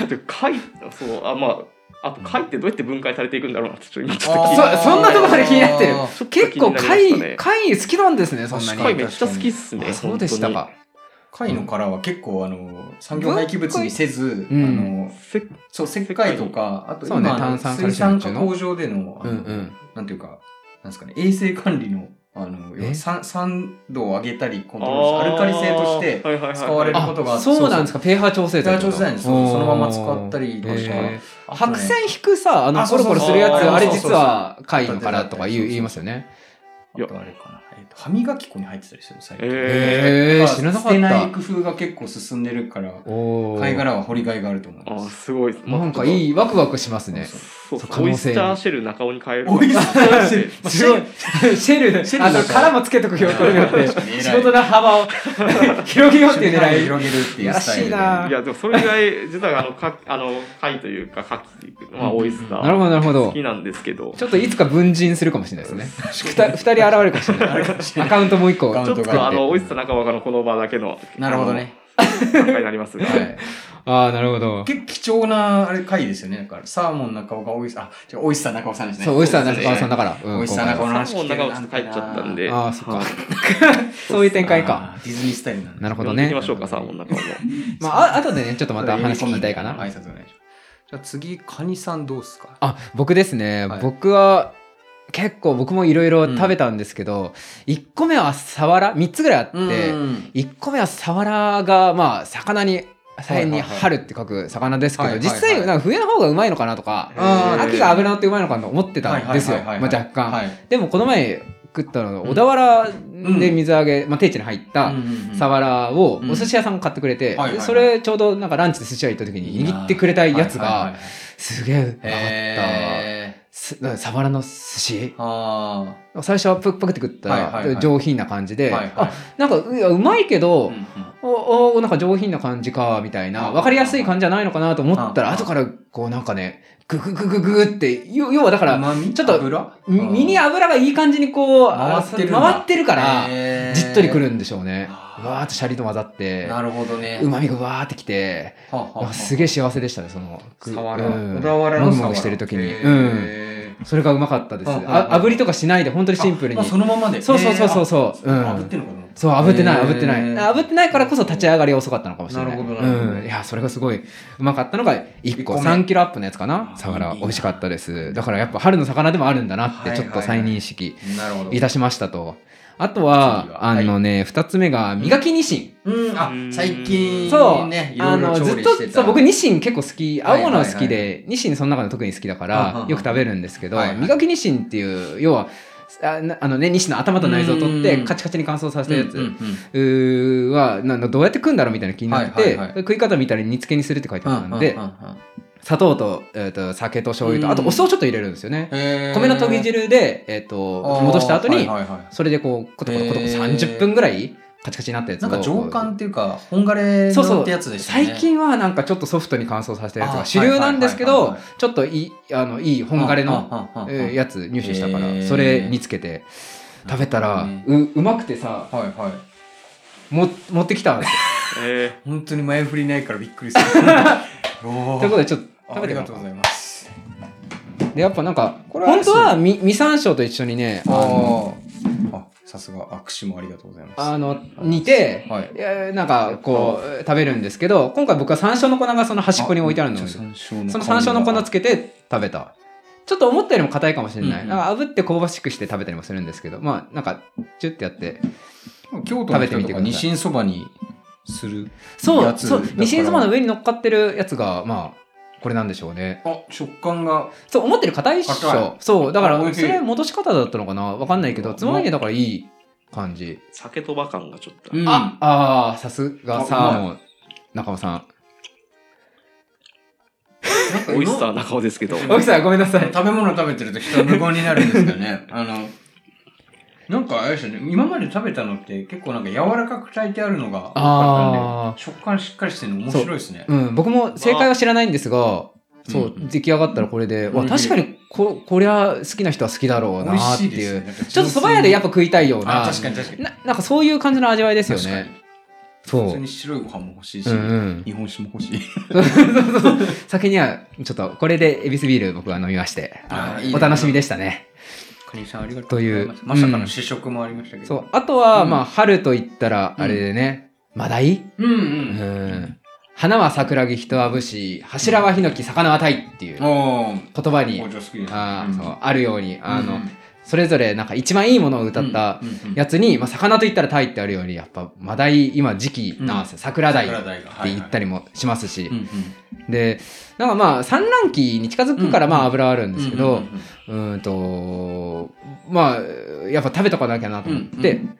[SPEAKER 2] で貝、そう、あ、まあ、あと貝ってどうやって分解されていくんだろうなって、ちょっと今ちょっと聞いて。
[SPEAKER 1] そそんなとこまで気になってる
[SPEAKER 3] あー
[SPEAKER 2] ちょっと気
[SPEAKER 1] 結
[SPEAKER 2] にな
[SPEAKER 1] 構
[SPEAKER 2] りましたね
[SPEAKER 1] 貝、貝好きなんですね、そんなに。
[SPEAKER 2] 貝めっちゃ好きっすね。
[SPEAKER 1] あそうでしたか。
[SPEAKER 3] 貝の殻は結構あの産業廃棄物にせず、
[SPEAKER 1] うん
[SPEAKER 3] あの
[SPEAKER 2] せっ
[SPEAKER 3] そう石灰とかあと
[SPEAKER 1] そうね
[SPEAKER 3] 今あの
[SPEAKER 1] 炭酸カル
[SPEAKER 3] 水
[SPEAKER 1] シウムっ
[SPEAKER 3] 産
[SPEAKER 1] てい
[SPEAKER 3] 加
[SPEAKER 1] うの
[SPEAKER 3] 工場での
[SPEAKER 1] う
[SPEAKER 3] あの
[SPEAKER 1] んうん。
[SPEAKER 3] なんていうかなんですかね衛生管理のあの
[SPEAKER 1] え
[SPEAKER 3] 酸酸度を上げたりコントロールし
[SPEAKER 2] あ
[SPEAKER 3] ア
[SPEAKER 2] ー
[SPEAKER 3] ルカリ性として
[SPEAKER 2] はいはいはいはい
[SPEAKER 3] 使われる
[SPEAKER 1] あ
[SPEAKER 3] ことが、
[SPEAKER 1] そうなんですか、pH 調整剤ってこと。
[SPEAKER 3] pH 調整剤ですそうそのまま使ったりとか
[SPEAKER 1] へー
[SPEAKER 3] あとね
[SPEAKER 1] 白線引くさ、あの、
[SPEAKER 3] あ
[SPEAKER 1] コ
[SPEAKER 3] そう
[SPEAKER 1] ロ
[SPEAKER 3] そうそ
[SPEAKER 1] コロす
[SPEAKER 3] う
[SPEAKER 1] るやつ、
[SPEAKER 2] あ
[SPEAKER 1] あれ
[SPEAKER 2] ーそう
[SPEAKER 3] そ
[SPEAKER 1] 実
[SPEAKER 3] う
[SPEAKER 1] は貝の殻とか言う言いますよね。
[SPEAKER 3] あとあれかな、えっと歯磨き粉に入ってたりする最近、
[SPEAKER 2] え
[SPEAKER 1] へえ、知らなか
[SPEAKER 3] 捨てない
[SPEAKER 1] っ
[SPEAKER 3] 工夫が結構進んでるから
[SPEAKER 1] た。おー
[SPEAKER 3] 貝殻は掘りがいがあると思い
[SPEAKER 2] あ
[SPEAKER 3] ます
[SPEAKER 2] すごい。まあ
[SPEAKER 1] なんかいい、ワクワクしますね。
[SPEAKER 2] そう
[SPEAKER 1] そう
[SPEAKER 2] そう
[SPEAKER 1] 可
[SPEAKER 2] オ
[SPEAKER 1] 能
[SPEAKER 2] イ
[SPEAKER 1] 性
[SPEAKER 2] スターシェル中尾に変える。
[SPEAKER 3] おいしそうだしまあ
[SPEAKER 1] すごい。シェル、
[SPEAKER 3] シェル
[SPEAKER 1] あの、
[SPEAKER 3] だから
[SPEAKER 1] 殻もつけとくよ、これによって。
[SPEAKER 3] 確かに偉い
[SPEAKER 1] 仕事の幅を 広げようっていう
[SPEAKER 3] 範囲を
[SPEAKER 1] 狙い。
[SPEAKER 3] 広げるっていうスタイルで
[SPEAKER 1] やらしいない
[SPEAKER 2] や、でもそれぐらい、実はあの、か、あの、貝というか、牡蠣、まあ、オイスター。
[SPEAKER 1] なるほど、なるほ
[SPEAKER 2] 好
[SPEAKER 1] ど。
[SPEAKER 2] きなんですけど。
[SPEAKER 1] ちょっといつか分人するかもしれないですね。ふた二人現れるかもしれない。アカウントもう一個
[SPEAKER 3] アカウ
[SPEAKER 2] ち
[SPEAKER 3] ン
[SPEAKER 2] ょ
[SPEAKER 3] ト
[SPEAKER 2] っ
[SPEAKER 3] が
[SPEAKER 2] とあの、オイスター中尾がのこの場だけの。
[SPEAKER 3] なるほどね
[SPEAKER 2] あの。参加になりますが。
[SPEAKER 3] はい
[SPEAKER 1] ああ、なるほど。
[SPEAKER 3] 結構貴重なあれ回ですよね。だからサーモン中尾がおいしあ、じゃオイスター中尾さんですね。
[SPEAKER 1] そう、おいしさな中
[SPEAKER 3] そうで
[SPEAKER 1] 川
[SPEAKER 3] す
[SPEAKER 1] さんだ
[SPEAKER 3] ね
[SPEAKER 1] から。うん
[SPEAKER 3] 美味しさな
[SPEAKER 1] 今
[SPEAKER 3] こ
[SPEAKER 1] 回
[SPEAKER 3] の
[SPEAKER 1] は
[SPEAKER 3] 話
[SPEAKER 2] サーモン中尾ちょっと帰っちゃったんで。
[SPEAKER 1] ああ、そっか。そういう展開か。
[SPEAKER 3] あーディズニースタイルなんで。
[SPEAKER 1] なるほ
[SPEAKER 2] 呼
[SPEAKER 1] ど
[SPEAKER 2] んでい
[SPEAKER 1] ね
[SPEAKER 2] き。ましょうか、サーモン中尾も。
[SPEAKER 1] まあ、あ後でね、ちょっとまた話聞きたいか
[SPEAKER 3] 挨
[SPEAKER 1] な。
[SPEAKER 3] 拶お願いします。じゃあ次、カニさんどうっすか
[SPEAKER 1] あ、僕ですね
[SPEAKER 3] は。い
[SPEAKER 1] 僕は、結構僕もいろいろ食べたんですけど、1個目はサワラ、3つぐらいあって、
[SPEAKER 3] うん
[SPEAKER 1] 1個目はサワラが、まあ、魚に、大変に
[SPEAKER 3] はいはいはい
[SPEAKER 1] 春って書く魚ですけ
[SPEAKER 3] は
[SPEAKER 1] ど、
[SPEAKER 3] いはい
[SPEAKER 1] 実
[SPEAKER 3] はい
[SPEAKER 1] 際、なんか冬の方がうまいのかなとか、
[SPEAKER 3] あー
[SPEAKER 1] 秋が脂のってうまいのかなと思ってたんですよ、
[SPEAKER 3] はいはい
[SPEAKER 1] まあ
[SPEAKER 3] はいはい
[SPEAKER 1] 若干。
[SPEAKER 3] はい
[SPEAKER 1] でもこの前食ったのが小田原で水揚げ、まあ、定地に入ったサワラを
[SPEAKER 3] うん
[SPEAKER 1] お寿司屋さんが買ってくれて、
[SPEAKER 3] はいはいはい
[SPEAKER 1] それちょうどなんかランチで寿司屋行った時に握ってくれたやつがすげえうまかった、
[SPEAKER 3] え
[SPEAKER 1] すだからサワラの寿司
[SPEAKER 3] ー、あ
[SPEAKER 1] 最初はプクパクって食った
[SPEAKER 3] はいはいは
[SPEAKER 1] ら
[SPEAKER 3] い
[SPEAKER 1] 上品な感じで、
[SPEAKER 3] ーはいはい
[SPEAKER 1] あなんかういやうまいけど、
[SPEAKER 3] うんうん
[SPEAKER 1] おおなんか上品な感じかみたいな
[SPEAKER 3] うん
[SPEAKER 1] 分かりやすい感じじゃないのかなと思ったら
[SPEAKER 3] うん
[SPEAKER 1] 後からこうなんかねグググググってよ要はだから
[SPEAKER 3] 旨味
[SPEAKER 1] ちょっと
[SPEAKER 3] 油
[SPEAKER 1] み身に油がいい感じにこう
[SPEAKER 3] 回ってるんだ
[SPEAKER 1] 回ってるからじっとりくるんでしょうね
[SPEAKER 3] あー
[SPEAKER 1] わーってシャリと混ざって
[SPEAKER 3] なるほどね
[SPEAKER 1] うまみがわーってきて
[SPEAKER 3] ははは
[SPEAKER 1] あすげえ幸せでしたねそのぐ
[SPEAKER 3] サワラ
[SPEAKER 1] うん
[SPEAKER 3] 小田原の
[SPEAKER 1] もぐ
[SPEAKER 3] サワ
[SPEAKER 1] も
[SPEAKER 3] ラ
[SPEAKER 1] ぐしてる時
[SPEAKER 3] へ
[SPEAKER 1] にうん
[SPEAKER 3] ー
[SPEAKER 1] それがうまかったです
[SPEAKER 3] うんうんうん
[SPEAKER 1] あ炙りとかしないで本当にシンプルに
[SPEAKER 3] あまあそのままで
[SPEAKER 1] そうそうそうそうそう
[SPEAKER 3] えーあ
[SPEAKER 1] うん
[SPEAKER 3] 炙ってんのかな
[SPEAKER 1] そう、炙ってない、
[SPEAKER 3] へー
[SPEAKER 1] 炙ってない。炙ってないからこそ立ち上がり遅かったのかもしれない。
[SPEAKER 3] なるほどなるほど
[SPEAKER 1] うん。いや、それがすごい、うまかったのが1個、
[SPEAKER 3] 一個目
[SPEAKER 1] 3キロアップのやつかな
[SPEAKER 3] あ。ー
[SPEAKER 1] サワラ、
[SPEAKER 3] いいな
[SPEAKER 1] 美味しかったです。だからやっぱ春の魚でもあるんだなって、
[SPEAKER 3] はい
[SPEAKER 1] ちょっと再認識
[SPEAKER 3] なるほど
[SPEAKER 1] いたしましたと。あとは
[SPEAKER 3] 次、は
[SPEAKER 1] あのね、2つ目が、磨きニシン。
[SPEAKER 3] うんあ最近
[SPEAKER 1] そう、
[SPEAKER 3] ねいろ
[SPEAKER 1] あ
[SPEAKER 3] いろ
[SPEAKER 1] の、
[SPEAKER 3] 調
[SPEAKER 1] ずっ
[SPEAKER 3] 理
[SPEAKER 1] と
[SPEAKER 3] して、た
[SPEAKER 1] そう、僕ニシン結構好き、青物
[SPEAKER 3] はい
[SPEAKER 1] 好
[SPEAKER 3] はいはい
[SPEAKER 1] きで、ニシンその中で特に好きだか
[SPEAKER 3] うんうん
[SPEAKER 1] ら
[SPEAKER 3] う、ん
[SPEAKER 1] よく食べるんですけど
[SPEAKER 3] はいは、い
[SPEAKER 1] 磨きニシンっていう、要は、あなあのね、ニシンの頭と内臓を取っ
[SPEAKER 3] う
[SPEAKER 1] て、
[SPEAKER 3] ん
[SPEAKER 1] カチカチに乾燥させたや
[SPEAKER 3] うんうんう
[SPEAKER 1] つ
[SPEAKER 3] ん。
[SPEAKER 1] うーはなんだどうやって食うんだろうみたいな気になって、
[SPEAKER 3] はいはいはい
[SPEAKER 1] 食い方みたいに煮つけにするって書いてあったんで、
[SPEAKER 3] うんうんうんうん
[SPEAKER 1] 砂糖と,、えーと酒と醤油とあとお酢をちょっと入れるんですよね、
[SPEAKER 3] へー
[SPEAKER 1] 米の研ぎ汁で、えー、と戻した後に、
[SPEAKER 3] あーはいはいはい
[SPEAKER 1] それでこうコトコトコトコト
[SPEAKER 3] へー
[SPEAKER 1] 30分ぐらいカチカチになったやつ
[SPEAKER 3] な
[SPEAKER 1] を
[SPEAKER 3] んか上巻っていうか本枯れ
[SPEAKER 1] そうそ
[SPEAKER 3] の
[SPEAKER 1] う
[SPEAKER 3] ってやつでしたね
[SPEAKER 1] 最近はなんかちょっとソフトに乾燥させたやつ
[SPEAKER 3] あ
[SPEAKER 1] が
[SPEAKER 3] ー
[SPEAKER 1] 主流なんですけ
[SPEAKER 3] はいはい
[SPEAKER 1] ど
[SPEAKER 3] はいは
[SPEAKER 1] ちょっといいあのいい本枯れの
[SPEAKER 3] の
[SPEAKER 1] えーやつ入手したから
[SPEAKER 3] へー
[SPEAKER 1] それにつけて食べたら
[SPEAKER 3] なるほ
[SPEAKER 1] ううまくてさ
[SPEAKER 3] はいはい
[SPEAKER 1] も持ってきたんですよ。
[SPEAKER 2] え
[SPEAKER 3] 本当に前振りないからびっく りするおー
[SPEAKER 1] ということでちょっと食
[SPEAKER 3] あ
[SPEAKER 1] べ
[SPEAKER 3] り
[SPEAKER 1] てもらお
[SPEAKER 3] が
[SPEAKER 1] う
[SPEAKER 3] と
[SPEAKER 1] か
[SPEAKER 3] うございます
[SPEAKER 1] でやっぱなんか
[SPEAKER 3] これは
[SPEAKER 1] 本当はみ実山椒と一緒にねあ
[SPEAKER 3] あ
[SPEAKER 1] の
[SPEAKER 3] ーあさすが握手もありがとうございます
[SPEAKER 1] あの煮て、
[SPEAKER 3] はい
[SPEAKER 1] いやなんかこう食べるんですけど今回僕は山椒の粉がその端っこに置いてあるの
[SPEAKER 3] あ
[SPEAKER 1] で
[SPEAKER 3] めっちゃ
[SPEAKER 1] そ
[SPEAKER 3] 山椒の
[SPEAKER 1] の山椒の粉つ
[SPEAKER 3] け
[SPEAKER 1] けて食べたちょっと思ったよりも硬いかもしれない、
[SPEAKER 3] うんうん
[SPEAKER 1] なんか炙って香ばしくして食べたりもするんですけどまあなんかチュッてやって
[SPEAKER 3] 京
[SPEAKER 1] 食
[SPEAKER 3] 都の
[SPEAKER 1] べて
[SPEAKER 3] 人
[SPEAKER 1] み
[SPEAKER 3] と
[SPEAKER 1] てくださ
[SPEAKER 3] か
[SPEAKER 1] い
[SPEAKER 3] にしんそばにする
[SPEAKER 1] そ
[SPEAKER 3] や
[SPEAKER 1] う
[SPEAKER 3] つ
[SPEAKER 1] そう
[SPEAKER 3] だから
[SPEAKER 1] ニシンそばの上に乗っかってるやつがまあこれなんでしょうね
[SPEAKER 3] あ食感が
[SPEAKER 1] そう思ってる硬いっし
[SPEAKER 3] 硬
[SPEAKER 1] ょそうだか
[SPEAKER 3] あ美
[SPEAKER 1] ら
[SPEAKER 3] 味
[SPEAKER 1] そ
[SPEAKER 3] しい
[SPEAKER 1] れ戻し方だったのかなわかんないけどつまみにだからいい感じ
[SPEAKER 2] 酒とば感がちょっと。
[SPEAKER 3] うん
[SPEAKER 1] ああーさすが
[SPEAKER 3] あ
[SPEAKER 1] サーモン中尾さん
[SPEAKER 3] なんか
[SPEAKER 2] 美味
[SPEAKER 3] 今
[SPEAKER 2] しさは中尾ですけど。
[SPEAKER 1] 青木さんごめんなさい
[SPEAKER 3] 食べ物食べてると人は無言になるんですよね あのなんかあれですよね今まで食べたのって結構なんか柔らかく炊いてあるのが多か
[SPEAKER 1] あ
[SPEAKER 3] ったんで食感しっかりしてるの面白いですね
[SPEAKER 1] うん僕も正解は知らないんですがそう、
[SPEAKER 3] うん
[SPEAKER 1] 出来上がったらこれで、
[SPEAKER 3] う
[SPEAKER 1] わ
[SPEAKER 3] ん
[SPEAKER 1] 確かにここりゃ好きな人は好きだろう
[SPEAKER 3] 美
[SPEAKER 1] な
[SPEAKER 3] 味
[SPEAKER 1] ーってい
[SPEAKER 3] しいです
[SPEAKER 1] う
[SPEAKER 3] ねなんか純
[SPEAKER 1] ちょっ
[SPEAKER 3] 粋に
[SPEAKER 1] とそば屋でやっぱ食いたいよう
[SPEAKER 3] あ
[SPEAKER 1] な
[SPEAKER 3] 確かに確かに
[SPEAKER 1] ななんかそういう感じの味わいですよ
[SPEAKER 3] 確かに
[SPEAKER 1] ねそう
[SPEAKER 3] 普通に白いご飯も欲しいし、
[SPEAKER 1] うんうん
[SPEAKER 3] 日本酒も欲しい
[SPEAKER 1] 先にはちょっとこれでエビスビール僕は飲みまして
[SPEAKER 3] あー
[SPEAKER 1] あの
[SPEAKER 3] いいね
[SPEAKER 1] お楽しみでしたね
[SPEAKER 3] カニさんありが
[SPEAKER 1] とうございます
[SPEAKER 3] まさかの試食もありましたけど
[SPEAKER 1] そうあとは、
[SPEAKER 3] うん
[SPEAKER 1] まあ春といったらあれでね、マダイ
[SPEAKER 3] うんう、
[SPEAKER 1] うんん花は桜木人は武士柱はヒノキ魚はタイっていう
[SPEAKER 3] おおー
[SPEAKER 1] 言葉に
[SPEAKER 3] 工場好きです
[SPEAKER 1] あ,、
[SPEAKER 3] うん
[SPEAKER 1] そうあるようにあの、
[SPEAKER 3] うん
[SPEAKER 1] それぞれなんか一番いいものを歌った
[SPEAKER 3] うんうんうん
[SPEAKER 1] やつに、まあ、魚といったらタイってあるようにやっぱマダイ今時期なんですよ、桜鯛
[SPEAKER 3] 桜
[SPEAKER 1] って
[SPEAKER 3] 鯛がはいはい
[SPEAKER 1] 言ったりもしますし、
[SPEAKER 3] うんうん
[SPEAKER 1] でなんかまあ産卵期に近づくから
[SPEAKER 3] うん
[SPEAKER 1] まあ油あるんですけど、
[SPEAKER 3] うんうんうん
[SPEAKER 1] うーんとまあやっぱ食べとかなきゃなと思って、
[SPEAKER 3] うん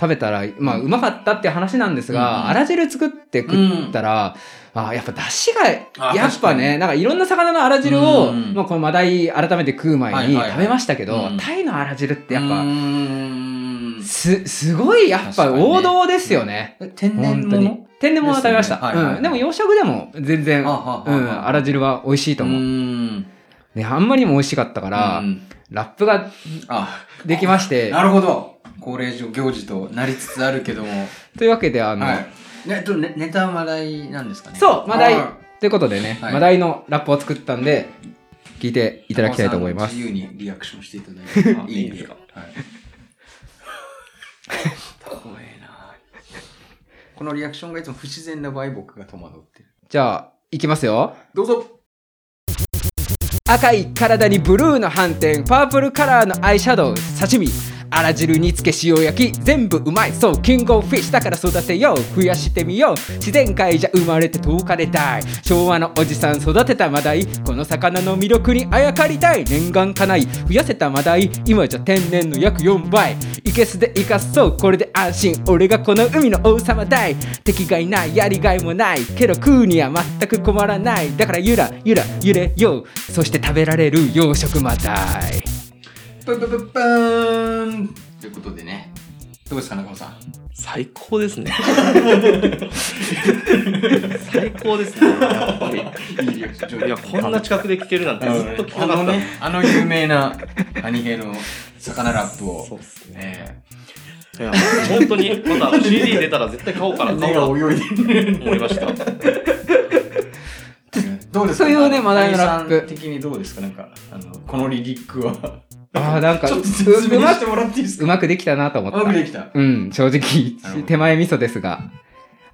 [SPEAKER 1] 食べたらまあうまかったっていう話なんですが、
[SPEAKER 3] うんうん
[SPEAKER 1] あら汁作って食ったら、あーやっぱ出汁が
[SPEAKER 3] あ
[SPEAKER 1] やっぱねなんかいろんな魚のあら汁
[SPEAKER 3] う
[SPEAKER 1] を、
[SPEAKER 3] んうん
[SPEAKER 1] まあ、このマダイ改めて食う
[SPEAKER 3] は
[SPEAKER 1] 前
[SPEAKER 3] い
[SPEAKER 1] に
[SPEAKER 3] はいはい
[SPEAKER 1] 食べましたけど、
[SPEAKER 3] うん
[SPEAKER 1] タイのあら汁ってやっ
[SPEAKER 3] う
[SPEAKER 1] ぱ
[SPEAKER 3] ーん
[SPEAKER 1] すすごいやっぱ
[SPEAKER 3] 確かにね
[SPEAKER 1] 王道ですよね。
[SPEAKER 3] え天然
[SPEAKER 1] 本当
[SPEAKER 3] 物
[SPEAKER 1] に天然物は食べました、
[SPEAKER 3] ですよねはいはいはい
[SPEAKER 1] うん、でも洋食でも全然
[SPEAKER 3] あは
[SPEAKER 1] う
[SPEAKER 3] は
[SPEAKER 1] ん、あら汁は美味しいと思う、
[SPEAKER 3] ん
[SPEAKER 1] であんまりにも美味しかったから、
[SPEAKER 3] うん
[SPEAKER 1] ラップが
[SPEAKER 3] あ
[SPEAKER 1] できまして
[SPEAKER 3] なるほど高齢上行事となりつつあるけども
[SPEAKER 1] というわけであの、
[SPEAKER 3] はいねとねネタはマダイなんですかね
[SPEAKER 1] そうマダイ
[SPEAKER 3] あ
[SPEAKER 1] ということでね、
[SPEAKER 3] はい
[SPEAKER 1] マダイのラップを作ったんで聞いてい
[SPEAKER 3] い
[SPEAKER 1] ただきたいと思います
[SPEAKER 3] 自由にリアクションしていた だいて
[SPEAKER 2] あ
[SPEAKER 3] いい
[SPEAKER 2] いい
[SPEAKER 3] ん
[SPEAKER 2] んで
[SPEAKER 3] です
[SPEAKER 2] す
[SPEAKER 3] か
[SPEAKER 2] か
[SPEAKER 3] 怖えなこのリアクションがいつも不自然な場合僕が戸惑ってる
[SPEAKER 1] じゃあいきますよ
[SPEAKER 3] どうぞ
[SPEAKER 1] 赤い体にブルーの斑点パープルカラーのアイシャドウ刺身あら汁につけ塩焼き全部うまいそうキングオブフィッシュだから育てよう増やしてみよう自然界じゃ生まれて10日で大昭和のおじさん育てたマダイこの魚の魅力にあやかりたい念願かない増やせたマダイ今じゃ天然の約4倍いけすで生かそうこれで安心俺がこの海の王様だい敵がいないやりがいもないけど食うには全く困らないだからゆらゆら揺れようそして食べられる養殖マダイ
[SPEAKER 3] プンプンプンプーンということでねどうですか中野さん
[SPEAKER 2] 最高ですね。最高ですね。やっぱり。
[SPEAKER 3] いいリアクション
[SPEAKER 2] いや、こんな近くで聞けるなんてずっと聞
[SPEAKER 3] あ
[SPEAKER 2] かなか
[SPEAKER 3] の
[SPEAKER 2] った。
[SPEAKER 3] ねあの有名なアニゲの魚ラップを
[SPEAKER 2] そうっすね。
[SPEAKER 3] ね
[SPEAKER 2] いや、本当に、またあの CD 出たら絶対買おうかな、買おうかな
[SPEAKER 3] が泳いでる
[SPEAKER 2] と思いました。
[SPEAKER 3] どうですか
[SPEAKER 1] そういうねマダイのラップ
[SPEAKER 3] 谷さん的にどうですかなんかあのこのリリックは
[SPEAKER 1] ああなんか
[SPEAKER 3] ちょっと説
[SPEAKER 1] う
[SPEAKER 3] 明
[SPEAKER 1] ま
[SPEAKER 3] してもらっていいです
[SPEAKER 1] う
[SPEAKER 3] か
[SPEAKER 1] まくできたなと思っ
[SPEAKER 3] う
[SPEAKER 1] た
[SPEAKER 3] まくできた
[SPEAKER 1] うん正
[SPEAKER 3] なるほ
[SPEAKER 1] 直
[SPEAKER 3] ど
[SPEAKER 1] 手前味噌ですが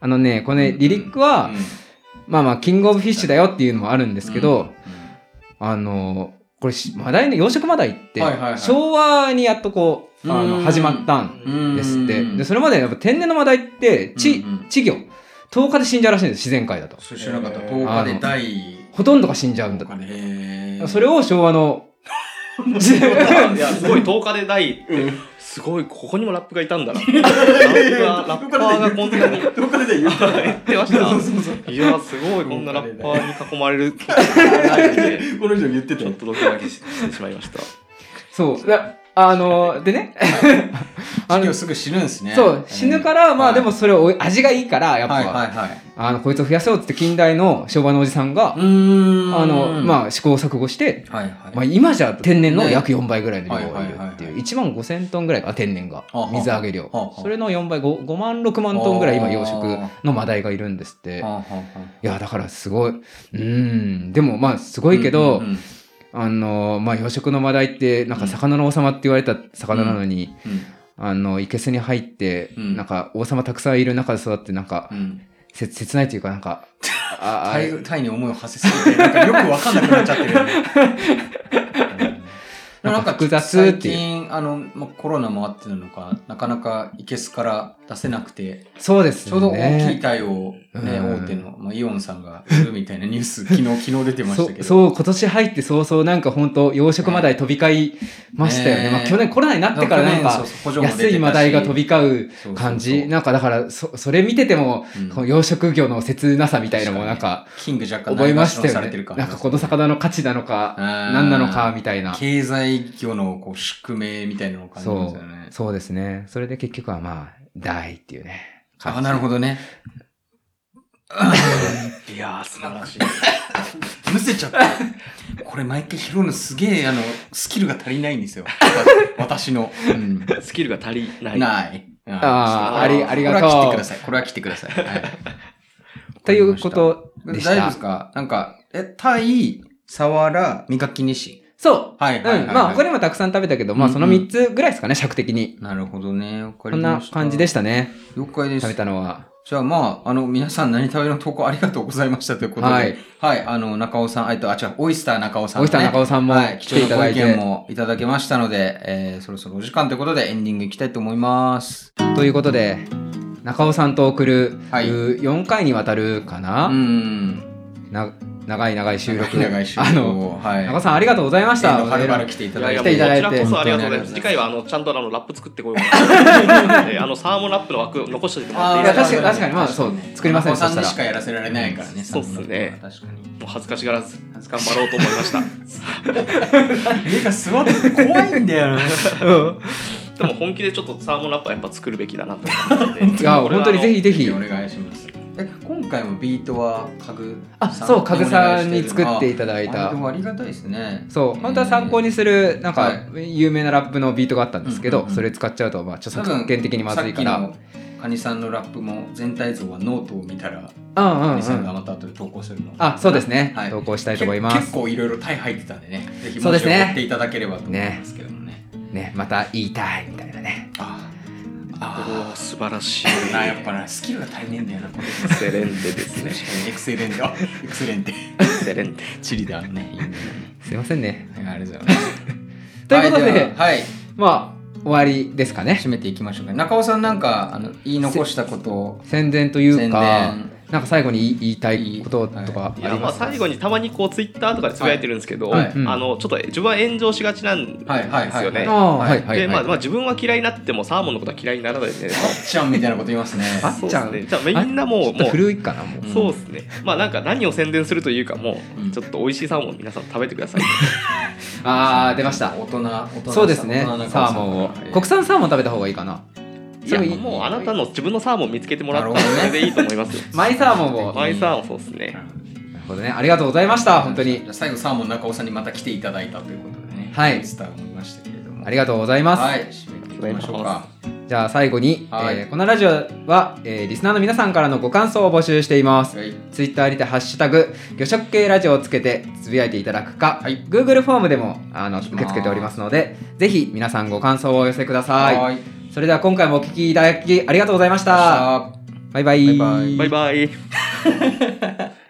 [SPEAKER 1] あのねこれ
[SPEAKER 3] うん
[SPEAKER 1] リリックは、まあまあキングオブフィッシュだよっていうのもあるんで
[SPEAKER 3] です
[SPEAKER 1] けど、あのこれしマダイの養殖マダイって、
[SPEAKER 3] はいはいはい
[SPEAKER 1] 昭和にやっとこうあ
[SPEAKER 3] う
[SPEAKER 1] の
[SPEAKER 3] ん
[SPEAKER 1] 始まったん
[SPEAKER 3] うん
[SPEAKER 1] ですってでそれまでやっぱ天然のマダイって
[SPEAKER 3] う
[SPEAKER 1] 稚
[SPEAKER 3] んうん
[SPEAKER 1] 稚魚10日で死んじゃうらしいんです自然界だと
[SPEAKER 3] それ知らなかった
[SPEAKER 2] えー
[SPEAKER 3] 10日で第
[SPEAKER 1] ほとんどが死んじゃうんだ
[SPEAKER 3] とかね
[SPEAKER 1] それを昭和 の
[SPEAKER 2] いや、すごい10日でないって、すごい、ここにもラップがいたんだな。ラップが、ラッパーがこんなに。
[SPEAKER 3] どこで言う
[SPEAKER 2] 言ってま
[SPEAKER 3] そう
[SPEAKER 2] し
[SPEAKER 3] そうそう
[SPEAKER 2] た。いや、すごい、こんなラッパーに囲まれる。ち
[SPEAKER 3] この人言ってた
[SPEAKER 2] ょっとドキドキしてしまいました。
[SPEAKER 1] そうだあのでね あ
[SPEAKER 3] あ
[SPEAKER 1] の
[SPEAKER 3] のすぐ死ぬんですね
[SPEAKER 1] そう死ぬからまあでもそれを味がいいからやっぱ、
[SPEAKER 3] はいはいはい
[SPEAKER 1] あのこいつを増やそうっつって近代の昭和のおじさんが、
[SPEAKER 3] ん
[SPEAKER 1] あのまあ試行錯誤して、
[SPEAKER 3] あはいはい
[SPEAKER 1] まあ、今じゃ天然の約4倍ぐらいの量がいる
[SPEAKER 3] はいは
[SPEAKER 1] っ
[SPEAKER 3] い
[SPEAKER 1] て
[SPEAKER 3] はいいうは
[SPEAKER 1] 1万5000トンぐらいが天然が
[SPEAKER 3] あはあ
[SPEAKER 1] 水揚げ量
[SPEAKER 3] あはあ
[SPEAKER 1] それの4倍 5, 5万6万トンぐらい今養殖のマダイがいるんですって
[SPEAKER 3] はあはい
[SPEAKER 1] やだからすごいうんでもまあすごいけど、
[SPEAKER 3] うんうんうん
[SPEAKER 1] あのまあ養殖のマダイってなんか魚の王様って言われた魚なのに、あの生けすに入って、
[SPEAKER 3] うん
[SPEAKER 1] なんか王様たくさんいる中で育ってなんか、
[SPEAKER 3] うんうん
[SPEAKER 1] せ切ないというかなん かああ
[SPEAKER 3] タイタイに思いを馳せすぎてなんかよくわかんなくなっちゃって るよねうん
[SPEAKER 1] なんか複雑っ
[SPEAKER 3] 最
[SPEAKER 1] ていう
[SPEAKER 3] 近あの、まあ、コロナもあってなのかなかなかいけすから出せなくて
[SPEAKER 1] そうですね
[SPEAKER 3] ちょうど大きいタイを、ね
[SPEAKER 1] うん
[SPEAKER 3] 大手の、まあ、イオンさんが売るみたいなニュー ス昨日昨日出てましたけ
[SPEAKER 1] そ
[SPEAKER 3] ど
[SPEAKER 1] そう今年入って早々なんか本当養殖マダイ飛び交いましたよね
[SPEAKER 3] ね
[SPEAKER 1] まあ、去年コロナになってからなん
[SPEAKER 3] 去
[SPEAKER 1] か
[SPEAKER 3] 年そうそう補助も出
[SPEAKER 1] 安
[SPEAKER 3] てたし
[SPEAKER 1] いマダイが飛び交う感
[SPEAKER 3] そうそう
[SPEAKER 1] じ
[SPEAKER 3] そう
[SPEAKER 1] なんかだからそそれ見てても、
[SPEAKER 3] うん
[SPEAKER 1] この養殖業の切なさみたいのもなんか
[SPEAKER 3] キング若干
[SPEAKER 1] 思いましたよ
[SPEAKER 3] ないがしろにされて
[SPEAKER 1] ね
[SPEAKER 3] る感じ
[SPEAKER 1] なんかこの魚の価値なのか何なのかみたいな
[SPEAKER 3] 経済業のこう宿命みたいなのを感じ
[SPEAKER 1] そ
[SPEAKER 3] ますよ
[SPEAKER 1] う
[SPEAKER 3] ね。
[SPEAKER 1] そうですねそれで結局はまあ大っていうね
[SPEAKER 3] あ、なるほどね。
[SPEAKER 2] いやー、素晴らしい。
[SPEAKER 3] むせちゃった。これ毎回拾うのすげえ、あの、スキルが足りないんですよ。 私の。うん
[SPEAKER 2] スキルが足りない。
[SPEAKER 3] ない。
[SPEAKER 1] あ
[SPEAKER 3] ち
[SPEAKER 2] ー
[SPEAKER 3] ょっ
[SPEAKER 2] あり
[SPEAKER 1] ありがとう
[SPEAKER 3] これは切ってください。これは切ってください。はい
[SPEAKER 1] ということ
[SPEAKER 3] 大
[SPEAKER 1] でし
[SPEAKER 3] 丈夫で
[SPEAKER 1] た
[SPEAKER 3] すかなんか、え、タイ、サワラ、ミカキニシ
[SPEAKER 1] そう
[SPEAKER 3] はいはい
[SPEAKER 1] う
[SPEAKER 3] はい
[SPEAKER 1] ん。
[SPEAKER 3] はい。
[SPEAKER 1] まあ、他にもたくさん食べたけど、まあ、その
[SPEAKER 3] うんうん
[SPEAKER 1] 3つぐらいですかね、尺的に。
[SPEAKER 3] なるほどね。わか
[SPEAKER 1] こ
[SPEAKER 3] り
[SPEAKER 1] んな
[SPEAKER 3] ました
[SPEAKER 1] 感じでし。たね。
[SPEAKER 3] 了解です
[SPEAKER 1] 食べ。たのは。
[SPEAKER 3] じゃあまあ、あの、皆さん何食べの投稿ありがとうございましたということで、
[SPEAKER 1] は
[SPEAKER 3] はいい、あの、中尾さん、あ、えっと、あ、違う、オイスター中尾さん、
[SPEAKER 1] オイスター中尾さんも
[SPEAKER 3] はい、
[SPEAKER 1] 来
[SPEAKER 3] 貴
[SPEAKER 1] てい
[SPEAKER 3] 重
[SPEAKER 1] た
[SPEAKER 3] な
[SPEAKER 1] だ
[SPEAKER 3] ご
[SPEAKER 1] い
[SPEAKER 3] 意
[SPEAKER 1] て
[SPEAKER 3] 見もいただけましたので、えー、そろそろお時間ということでエンディングいきたいと思います。
[SPEAKER 1] ということで、中尾さんと送る、
[SPEAKER 3] はいう
[SPEAKER 1] 4回にわたるか
[SPEAKER 3] う
[SPEAKER 1] な、
[SPEAKER 3] ん。
[SPEAKER 1] な長い長い収録。
[SPEAKER 3] 長い収録
[SPEAKER 1] あの、
[SPEAKER 3] をはい。
[SPEAKER 1] 中尾さんありがとうございました。
[SPEAKER 3] 遠路はるばる来ていただい
[SPEAKER 1] 来てい
[SPEAKER 3] て。
[SPEAKER 1] ただいて
[SPEAKER 2] ややもうこちらこそありがとうございま
[SPEAKER 3] 本
[SPEAKER 2] す。次
[SPEAKER 3] 当に
[SPEAKER 2] 回はあのちゃんとあのラップ作ってこようかな。えーあのサーモンラップの枠残しておいてもらってい
[SPEAKER 1] い
[SPEAKER 2] いで
[SPEAKER 1] や、
[SPEAKER 2] すか
[SPEAKER 1] 確かに、確かに、まあ、そう、作りません
[SPEAKER 3] 中
[SPEAKER 1] で
[SPEAKER 3] 尾さん
[SPEAKER 1] し
[SPEAKER 3] で
[SPEAKER 1] た。
[SPEAKER 3] しからやらせられないからね、
[SPEAKER 2] そうっすね
[SPEAKER 3] 確 かに。
[SPEAKER 2] もう恥ずかしがらず頑張ろうと思いました。
[SPEAKER 3] 目が座ってて怖いんだよね。
[SPEAKER 2] でも本気でちょっとサーモンラップはやっぱ作るべきだなと思って。
[SPEAKER 1] いや、本当にぜひぜひ
[SPEAKER 3] お。願いします。え、今回もビートは家具
[SPEAKER 1] あ、そう、かぐさんに作っていただいた
[SPEAKER 3] で。もありがたいですね。
[SPEAKER 1] そう、本当は参考にする、なんか、有名なラップのビートがあったんですけど、
[SPEAKER 3] うんうんうん
[SPEAKER 1] それ使っちゃうと、まあ、著
[SPEAKER 3] 多
[SPEAKER 1] 作
[SPEAKER 3] 分
[SPEAKER 1] 権的にまずいから。
[SPEAKER 3] さっきのカニさんのラップも全体像はノートを見たら、
[SPEAKER 1] うんうん
[SPEAKER 3] カ
[SPEAKER 1] う
[SPEAKER 3] ニさんが
[SPEAKER 1] ん。
[SPEAKER 3] また後で投稿するの。
[SPEAKER 1] あ、そうですね。
[SPEAKER 3] はい
[SPEAKER 1] 投稿したいと思いま
[SPEAKER 3] け
[SPEAKER 1] す
[SPEAKER 3] 結。構いろいろタイ入ってたんでね、ぜひ
[SPEAKER 1] そう
[SPEAKER 3] も
[SPEAKER 1] で
[SPEAKER 3] し
[SPEAKER 1] すね
[SPEAKER 3] 送っていただければと思いますけどもね。
[SPEAKER 1] ね、また言いたいみたいなね。
[SPEAKER 3] あ
[SPEAKER 2] お
[SPEAKER 3] あ
[SPEAKER 2] お素晴らしい。
[SPEAKER 3] ーなやっぱなスキルが足りねえんだよな。これ
[SPEAKER 2] エクセレンテで
[SPEAKER 3] 確か
[SPEAKER 2] すね。
[SPEAKER 3] にエクセレンテ、あエクセレンテ、
[SPEAKER 2] エクセレンテ。
[SPEAKER 3] チリだね。いいね
[SPEAKER 1] すいませんね。
[SPEAKER 3] はいありがとうございます。
[SPEAKER 1] ということで
[SPEAKER 3] はいははい。
[SPEAKER 1] まあ、終わりですかね
[SPEAKER 3] 締めていきましょうか中尾さんなんかあの言い残したことを
[SPEAKER 1] 宣伝というか
[SPEAKER 3] 宣伝
[SPEAKER 1] なんか最後に言い言いたいこととかあ
[SPEAKER 2] い
[SPEAKER 1] り
[SPEAKER 2] やま
[SPEAKER 1] ま
[SPEAKER 2] あ
[SPEAKER 1] すか
[SPEAKER 2] 最後にたまにこうツイッターとかでつぶやいてるんですけど、
[SPEAKER 3] はいはい
[SPEAKER 1] うん
[SPEAKER 2] あのちょっと自分は炎上しがちなんですよね。
[SPEAKER 3] はいはいはい
[SPEAKER 1] ああはいはい
[SPEAKER 2] でまあま
[SPEAKER 1] あ
[SPEAKER 2] あ自分は嫌いになってもサーモンのことは嫌いにならないですね。
[SPEAKER 3] ちゃんみたいなこと言いますね
[SPEAKER 1] あっちゃ
[SPEAKER 2] そ
[SPEAKER 1] ん
[SPEAKER 2] うですねじゃあみんなもう
[SPEAKER 1] ちょっ
[SPEAKER 2] も
[SPEAKER 1] と
[SPEAKER 2] う
[SPEAKER 1] 古いかなもう
[SPEAKER 3] うん
[SPEAKER 2] そうですね。まあなんか何を宣伝するというかも
[SPEAKER 3] うん
[SPEAKER 2] うちょっと美味しいサーモン皆さん食べてく ださい。
[SPEAKER 1] あー出ました
[SPEAKER 3] 大人大人
[SPEAKER 1] そうですね
[SPEAKER 3] 大人な
[SPEAKER 1] サ
[SPEAKER 3] 顔
[SPEAKER 1] ー
[SPEAKER 3] さん
[SPEAKER 1] モンを
[SPEAKER 3] はい
[SPEAKER 1] 国産サーモン食べた方がいいかないそ
[SPEAKER 2] や
[SPEAKER 1] れいい
[SPEAKER 2] もうあなたの自分のサーモン見つけてもらったらそれでいいと思いますよ。
[SPEAKER 1] マイサーモンを
[SPEAKER 2] マイサーモンそうですね。
[SPEAKER 1] なるほどねありがとうございました本当に
[SPEAKER 3] じゃあ最後サーモン中尾さんにまた来ていただいたということでね
[SPEAKER 1] はい
[SPEAKER 3] スターもいましたけれども
[SPEAKER 1] ありがとうございます、
[SPEAKER 3] はい締めていきましょうか
[SPEAKER 1] じゃあ最後に、
[SPEAKER 3] はい
[SPEAKER 1] えーこのラジオは、えーリスナーの皆さんからのご感想を募集しています
[SPEAKER 3] はい
[SPEAKER 1] ツイッターにて「ハッシュタグ魚食系ラジオ」をつけてつぶやいていただくか、
[SPEAKER 3] はい
[SPEAKER 1] Google フォームでもあの
[SPEAKER 3] お願いし
[SPEAKER 1] 受
[SPEAKER 3] ます
[SPEAKER 1] け付けておりますのでぜひ皆さんご感想をお寄せください
[SPEAKER 3] はい
[SPEAKER 1] それでは今回もお聞きいただきありがとうございました
[SPEAKER 3] さあ
[SPEAKER 1] バイバイ
[SPEAKER 3] バイ
[SPEAKER 2] バイバイ。